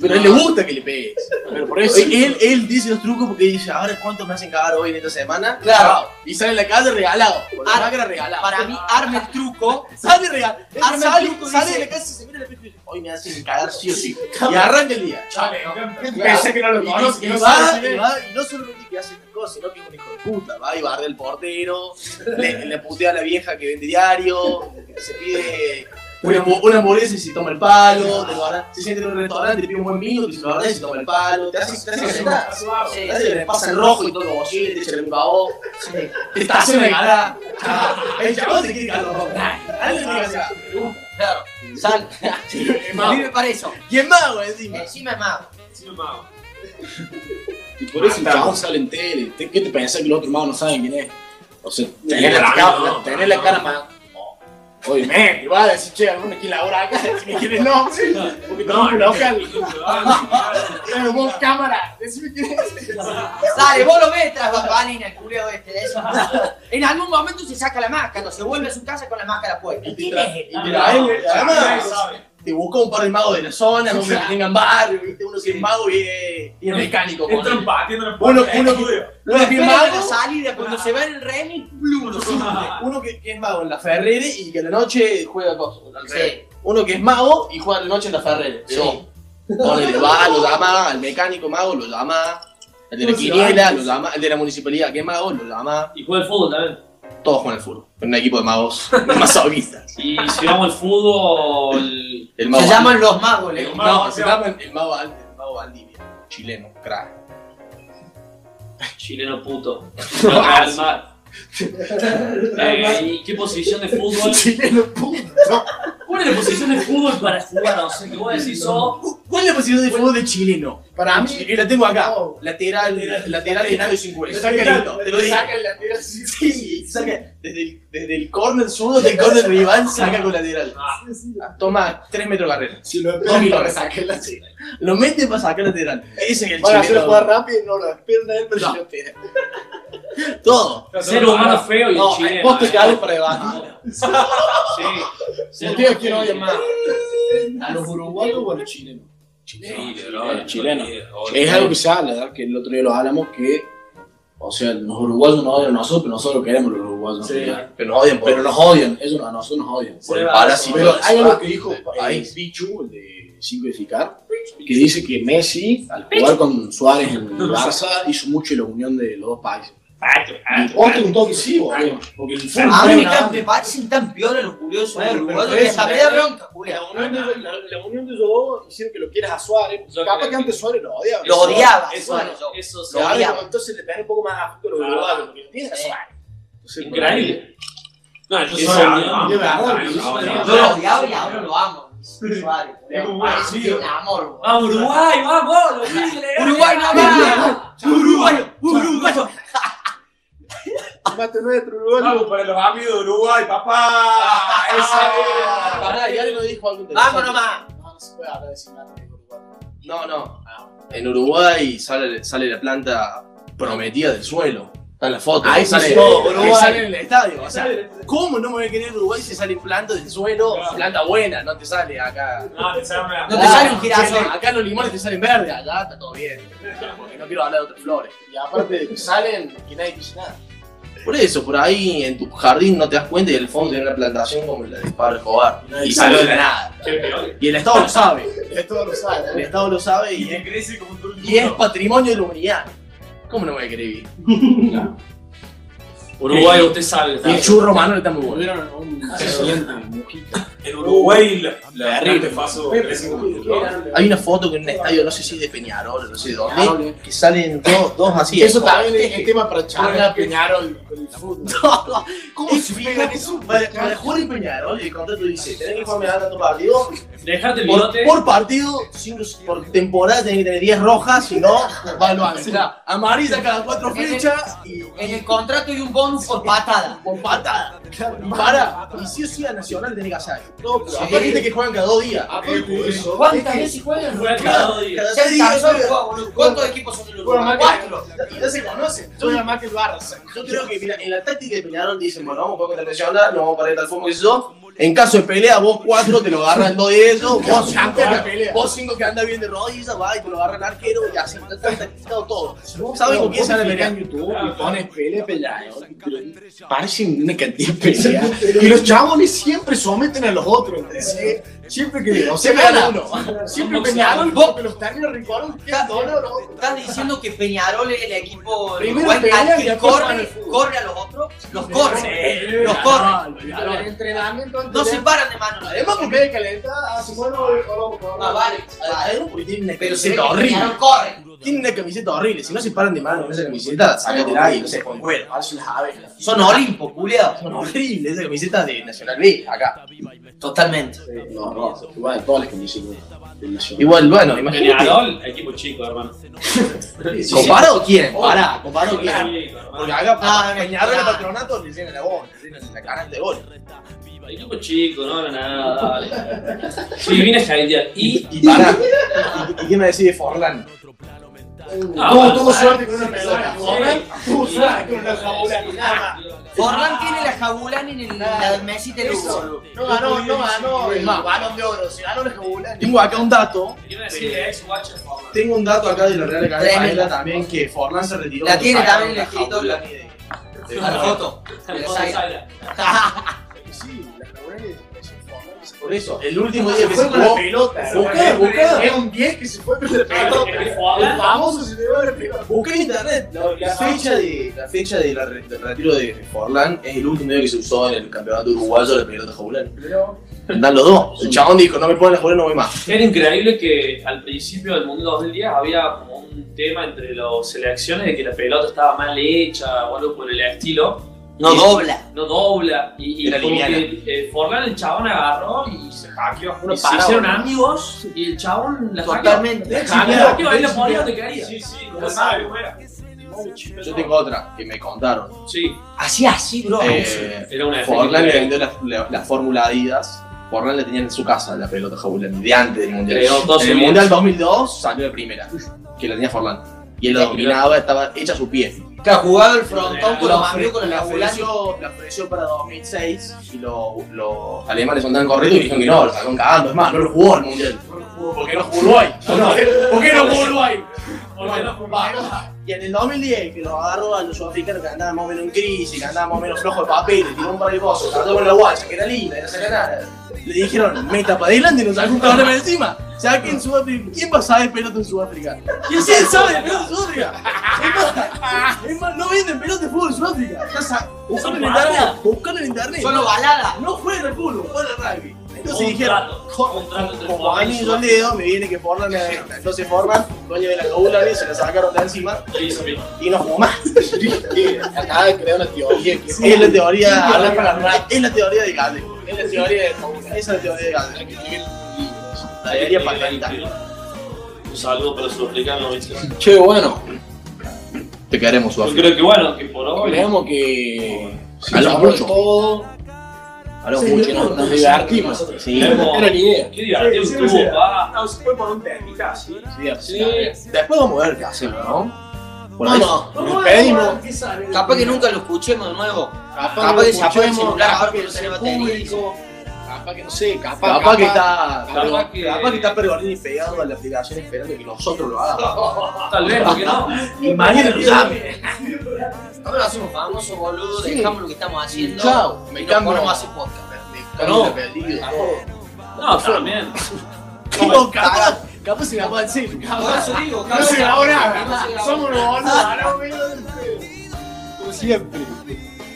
Pero a él le gusta que le pegues.
Pero por eso.
Él, él dice los trucos porque dice, ahora cuántos me hacen cagar hoy en esta semana.
Claro.
Y sale a la calle regalado. Con la
Ah.
máscara regalada.
para mí, arma el truco.
Sale regalado.
Arma el
Sale,
truco y
sale
dice-
de la casa y se mira en el espejo y dice, hoy me hacen cagar sí o sí. Y arranca el día.
Chale, me encanta.
Claro.
Pensé que no
Y
lo
no,
conoces,
y
que no sabes
va,
quién
y
es.
va, y no solamente que hace estas cosas, sino que es un hijo de puta. Va y barre el portero, le, le putea a la vieja que vende diario, se pide una, hambu- una hamburguesa y se toma el palo, te lo hará- se siente en un restaurante, te pide un buen vino, te lo hará y se toma el palo, te hace, te hace, te hace,
Sí,
te hace- le pasa el rojo y todo lo bollete, te echa el pavo, te está haciendo regalar. El chabón se quiere cagar los
Claro, sal. Vive para eso.
Y es mago encima.
Encima es mago.
Sí, un mago.
Y por eso el
Matamos.
chabón sale en tele. ¿Te- ¿Qué te pensás que los otros magos no saben quién es? O sea, tenés
para
la,
mí
cara-
no,
la- tenés
para
la
mí
cara
no.
más. Obviamente, vas a decir, che, alguno aquí labora acá, decime quién es no. Porque
No,
tenemos un local.
no,
Tenemos vos cámara, decime quién es.
Dale, vos lo ves tras bambalina, el culeo este de eso. En algún momento se saca la máscara, se vuelve a su casa con la máscara puesta. ¿Quién es él?
Y mira, él-
Nadie
además,
sabe.
te busca un par de magos de la zona, uno que tengan barrio, ¿viste? uno que es mago y es, y es mecánico.
Entra
ponele.
en patio, entra en
Uno-
patio.
uno- Uno que es
Espera la
mago,
salida, cuando se va en el remi, plum, lo sube.
uno que, que es mago en la Ferrere y que a la noche juega cosas. al revés.
Sí,
Uno que es mago y juega a la noche en la Ferrere.
sí.
Ponele, va, lo llama, al mecánico mago lo llama, al de la
No se
quiniela
va.
lo llama, al de la municipalidad que es mago lo llama.
Y juega el fútbol también.
todos juegan al fútbol. En un equipo de magos masoquistas.
Y si vamos al fútbol.
El
Se llaman los magos, le
El
digo.
mago,
mago,
se
mago.
llama el mago, Al- el mago Valdivia, chileno, crack.
Chileno puto. Al mar. Eh, ¿Y qué posición de fútbol?
Chileno puto.
¿Cuál es la posición de fútbol para jugar? O sea, que vos decís, sos.
¿Cuál es la posición de fútbol de chileno?
Para mí,
Y la tengo acá.
No.
Lateral, lateral de nave 50. te lo dije.
Saca el lateral, sí, sí,
Sí, saca desde el, desde el corner sudo del corner de Iván, saca con lateral.
sí.
Toma 3 metros de carrera.
Si lo
Dos
esperan, no
millones.
le saca el lateral.
Lo mete para sacar lateral. Ese es el
Van a hacer
chileno.
jugar rápido y no lo esperan a él, pero
No.
si lo esperan.
Todo.
Ser humano feo y
No,
chileno.
vos te
eh.
quedás para debajo.
Sí. Ser
Yo te digo
humano
quién
feo y
odia más.
chileno.
Tá
¿A los uruguayos o a los chilenos?
Chileno,
Chileno. Es algo que se habla, ¿verdad? que el otro día los hablamos que, o sea, los uruguayos nos odian a nosotros, pero nosotros queremos a los uruguayos.
Pero nos odian por
Pero nos odian, eso a nosotros nos odian.
por el parásito.
Pero hay algo que dijo
del
ahí
país.
Pichu, el de 5 de Ficar, que dice que Messi, al jugar con Suárez en el Barça, hizo mucho la unión de los dos países.
Otro un toque sí, boludo. Porque el fútbol
A mí me
es una
can-
banda.
me parecen tan piolas los curiosos
Bueno, pero
uruguayos
por
que
eso,
hasta me
¿eh?
da bronca, Julián.
La unión de ellos- la- la unión de ellos dos hicieron que lo quieras a Suárez.
Yo
Capaz
creo
que
que-
antes Suárez lo odiaba.
Lo odiaba,
Eso,
Suárez, yo.
eso
Lo
Ahora,
odiaba.
Entonces le pegan un poco más afecto a los
Ah.
uruguayos. Porque lo tienen a
Sí.
Suárez. Entonces, por ahí-
Increíble. No, yo
Eso
soy
habla-
odiado.
de verdad,
Yo soy
habla-
odiado.
Yo lo odiaba y ahora lo amo. Suárez, boludo.
Uruguay,
Parece
sí.
un amor, boludo.
¡Vamos, Ah, Uruguay! ¡Vamos! ¡Los Tigres!
Uruguay no va. Uruguayo, uruguayo.
Mate nuestro uruguayo.
Vamos para los amigos de Uruguay,
Ah,
papá. Esa es.
Pará, y alguien dijo algo
Vamos nomás.
No, no pues, se puede hablar de sin mate de uruguayo.
No, no. En Uruguay sale, sale la planta prometida del suelo. Está en la foto.
Ahí
sale
sale todo,
que
Uruguay.
sale-
sale en el estadio. O sea, ¿cómo no me voy a querer Uruguay si sale planta del suelo?
Claro.
Planta buena, no te sale acá. Ah,
No,
Ah,
te sabe una-
No te sale un girasol.
Acá los limones te salen verdes, allá está todo bien. Porque no quiero hablar de otras flores.
Y aparte de que salen, que nadie dice nada.
Por eso, por ahí en tu jardín no te das cuenta y el fondo tiene una plantación como la de Pablo Escobar. Y salió de la nada.
Che, peor.
Y el Estado lo sabe.
Esto lo
El
sabe. ¿eh?
Estado lo sabe y
Y crece como un turno.
Y es patrimonio de la humanidad. ¿Cómo no me voy a querer vivir?
Uruguay, usted sabe.
Y el churro manuel está muy bueno.
Volvieron a un presidente, Mujica.
En Uruguay la, la
Terrible.
planta de faso crece como un turno.
Hay una foto que en un estadio, no sé si es de Peñarol, no sé de dónde, que salen dos, dos así.
Eso también
Este
es, es tema para charla.
Peñarol con el fútbol. ¿Cómo se fijan eso? Para, para jugar en Peñarol, el contrato dice: tenés que jugar a tanto partido.
Dejate el
Por,
bigote.
por partido, cinco- por temporada, tenés que tener 10 rojas, si no, va al banco. Será amarilla cada cuatro fechas y
En el contrato hay un bonus por patada.
con patada. Y para, y sí o sí a Nacional tenés que hacer.
No, pero
Hay gente que juegan cada dos días.
aparte de eso.
¿Cuántas veces juegan?
Fue cada día.
Cada
Ya
seis días.
alcanzó el juego, boludo. ¿Cuántos equipos son del
Juega
Uruguay?
más que-
Cuatro.
Y ya se conocen. Yo
Juega más que el Barça.
Yo creo que mira, en la táctica de Peñarol dicen, bueno, vamos a jugar contra Nacional, nos vamos a parar tal forma que yo. En caso de pelea, vos cuatro te lo agarran dos de ellos, vos cinco,
la pelea.
vos cinco que anda bien de rodillas, va y te lo agarra el arquero y así, está está tacticado todo. ¿Saben con quién se van a
en
pelear?
YouTube y pones pelea, pelea. pero Parecen una cantidad de peleas. Y los chabones siempre someten a los otros. ¿entendés? Siempre que. O sea,
Siempre gana
uno.
uno.
Siempre pelearon porque los términos ricaron.
Está- Estás diciendo que Peñarol es el equipo del
Primero
Uruguay
pelea
al
y
que
después van al
corre,
fútbol.
corre a los otros, los corre, los
Ah,
corre.
El entrenamiento antes
No
de-
se paran de mano.
Además,
En vez de calentar, hace bueno o lo
Ah, vale, vale.
Además, porque tiene una
Pero se ve
camiseta
que
horrible.
Peñarol corre.
Tiene una camiseta horrible, si no se paran de mano con esa camiseta, sácatela y no se concuerda.
Son Olimpo, culiao.
Son horribles esa camiseta de Nacional B, acá.
Totalmente.
No, no. Igual, todas las camisetas de Nacional.
Igual, bueno, imagínate.
Peñarol, equipo chico, hermano.
Sí, ¿Comparado quién? Pará, comparado quién.
Chico, hermano.
Porque acá
Ah,
para Peñarol
ah.
el patronato le llenan la bola, le llenan la canasta de bola.
Equipo chico, no era nada, dale. Sí, vine a India. Y.
Y pará. ¿Y, y qué me decís de Forlán?
Ah,
Tuvo-
bueno,
tuvo
sí.
suerte con una pelota.
Sí.
Forlán tuvo
Sí.
suerte con una jaula.
Forlán tiene la jabulán en el, la mesita del Uruguay.
No ganó, no ganó el
Más.
balón de oro, se ganó la jaula.
Tengo acá un dato.
Iba a decir de ex Watcher Forward.
Tengo un dato acá de la Real Academia
Tremendo.
Española también que Forlán se retiró.
La
cuando
tiene
sacaron
también el
la
escritor.
jaula de- de-
A la foto.
Forward Saga.
Sí, la
ponerle desenfundar, que se
Por eso, el
fue
último día que se
con la
jugó.
pelota.
Buscá, buscá.
Era un 10 que se fue con la pelota.
el- el-
El famoso se llevó la pelota.
Busqué en internet. La, la fecha de, la fecha de la re- del retiro de Forlán es el último día que se usó en el campeonato uruguayo la pelota jabulán.
Pero,
Andan los dos. El chabón dijo, no me ponen la jabulán, no voy más.
Era increíble que al principio del Mundial 2010 había como un tema entre las selecciones de que la pelota estaba mal hecha o algo por el estilo.
No
Y-
dobla.
No dobla. Y, y
Era
como
liviana.
que eh, Forlán, el chabón agarró y se hackeó.
Una
Y se
parada,
hicieron
¿no?
amigos y el chabón la
Totalmente.
hackeó. La hackeó, ahí la ponía donde quería.
Sí, sí, no sabe, fuera.
Yo tengo otra que me contaron.
Sí,
Así, así, bro.
Eh,
era una
Forlán le
defensa.
vendió la, la- la fórmula Adidas. Forlán la tenía en su casa, la pelota jabulán, de antes del Mundial.
Creó dos
en el
ideas.
Mundial 2002 salió de primera, que la tenía Forlán. Y él la dominaba, estaba hecha a su pie.
Que ha jugado el frontón con los
La
amigos con el
la
ambulante.
ofreció, la ofreció para 2006 y lo- los alemanes son tan corridos y dijeron que no, lo sacaron cagando. Es más, no lo jugó al mundial. ¿Por qué no jugó Uruguay? ¿Por qué no jugó Uruguay? Y en el 2010, que lo agarró a los sudafricanos que andaban más o menos en crisis, que andaban más o menos flojos de papel, le tiró un par de cosas, trató con la guacha, que era linda, y no saca nada. Le dijeron, meta para adelante y nos sacó un cabrón encima. Saquen Sudáfrica. ¿Quién va a saber pelota en Sudáfrica? ¿Quién sí sabe de pelota en Sudáfrica? Es más, es más, no venden pelota de fútbol en Sudáfrica. Estás a- Buscalo en internet, buscalo en internet.
Solo balada.
No juegan al fútbol, juegan al rugby. Entonces dijeron,
Contrato, contrato entre
como
Forlán y
anillo al dedo, me viene que Forlan, eh, entonces Forlan, dueño de la Cobula, y se la sacaron de encima
Sudáfrica. Sí, sí.
y no jugó más.
acaba de crear una teoría que
Es la teoría,
Hablar con la RAI.
es la teoría de Gale. Es la teoría de Cobula. Esa es la teoría de Gale. La teoría patenta.
Un saludo para los sudafricanos. ¿viste?
Che, bueno,
Te queremos,
Yo creo que bueno, que por hoy.
creemos que.
Sí,
hablamos
hablamos
de
mucho.
todo.
Hablamos
Sí,
mucho,
yo
¿no?
creo
Nos divertimos.
Sí.
Tenemos-
Era la idea.
Qué divertido
Sí, sí,
estuvo,
sí.
pa.
No, se puede poner un temita así.
Sí.
Después vamos a ver qué hacemos, ¿no? Por ahí-
Bueno,
Nos pedimos.
capaz que nunca lo escuchemos de nuevo.
Capaz
Capaz
que
que se apague el
escuchemos,
celular ahora que no tiene batería.
público. Capaz que no sé, capaz,
Capaz que está.
capaz que-
Capaz que está Pergolini pegado a la aplicación esperando que nosotros lo hagamos.
Tal vez, ¿por qué no?
Y mañana lo sabe.
No nos hacemos famosos, boludo.
Sí.
Dejamos lo que estamos haciendo.
Chao.
Y
Me
nos
cambio. Ah,
ponemos a hacer podcast.
No.
No, también.
No, capaz, capaz se grabó el cine.
Por eso digo,
No se grabó nada.
No se grabó.
Somos los boludos. hablamos menos del pedo. Como siempre.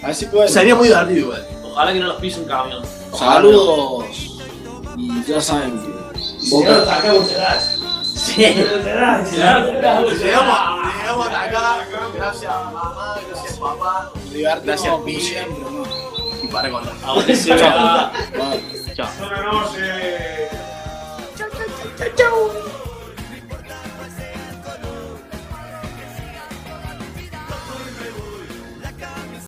Así que bueno.
Sería muy divertido, ¿eh? güey.
Ojalá que no nos pise un camión.
Saludos. Y ya saben que. Boca-
Llegamos, llegamos hasta acá. Gracias mamá, gracias papá.
nos divertimos
Gracias,
como
Pille.
siempre, ¿no?
Y para con
Aunque sea.
Bueno.
Buenas noches.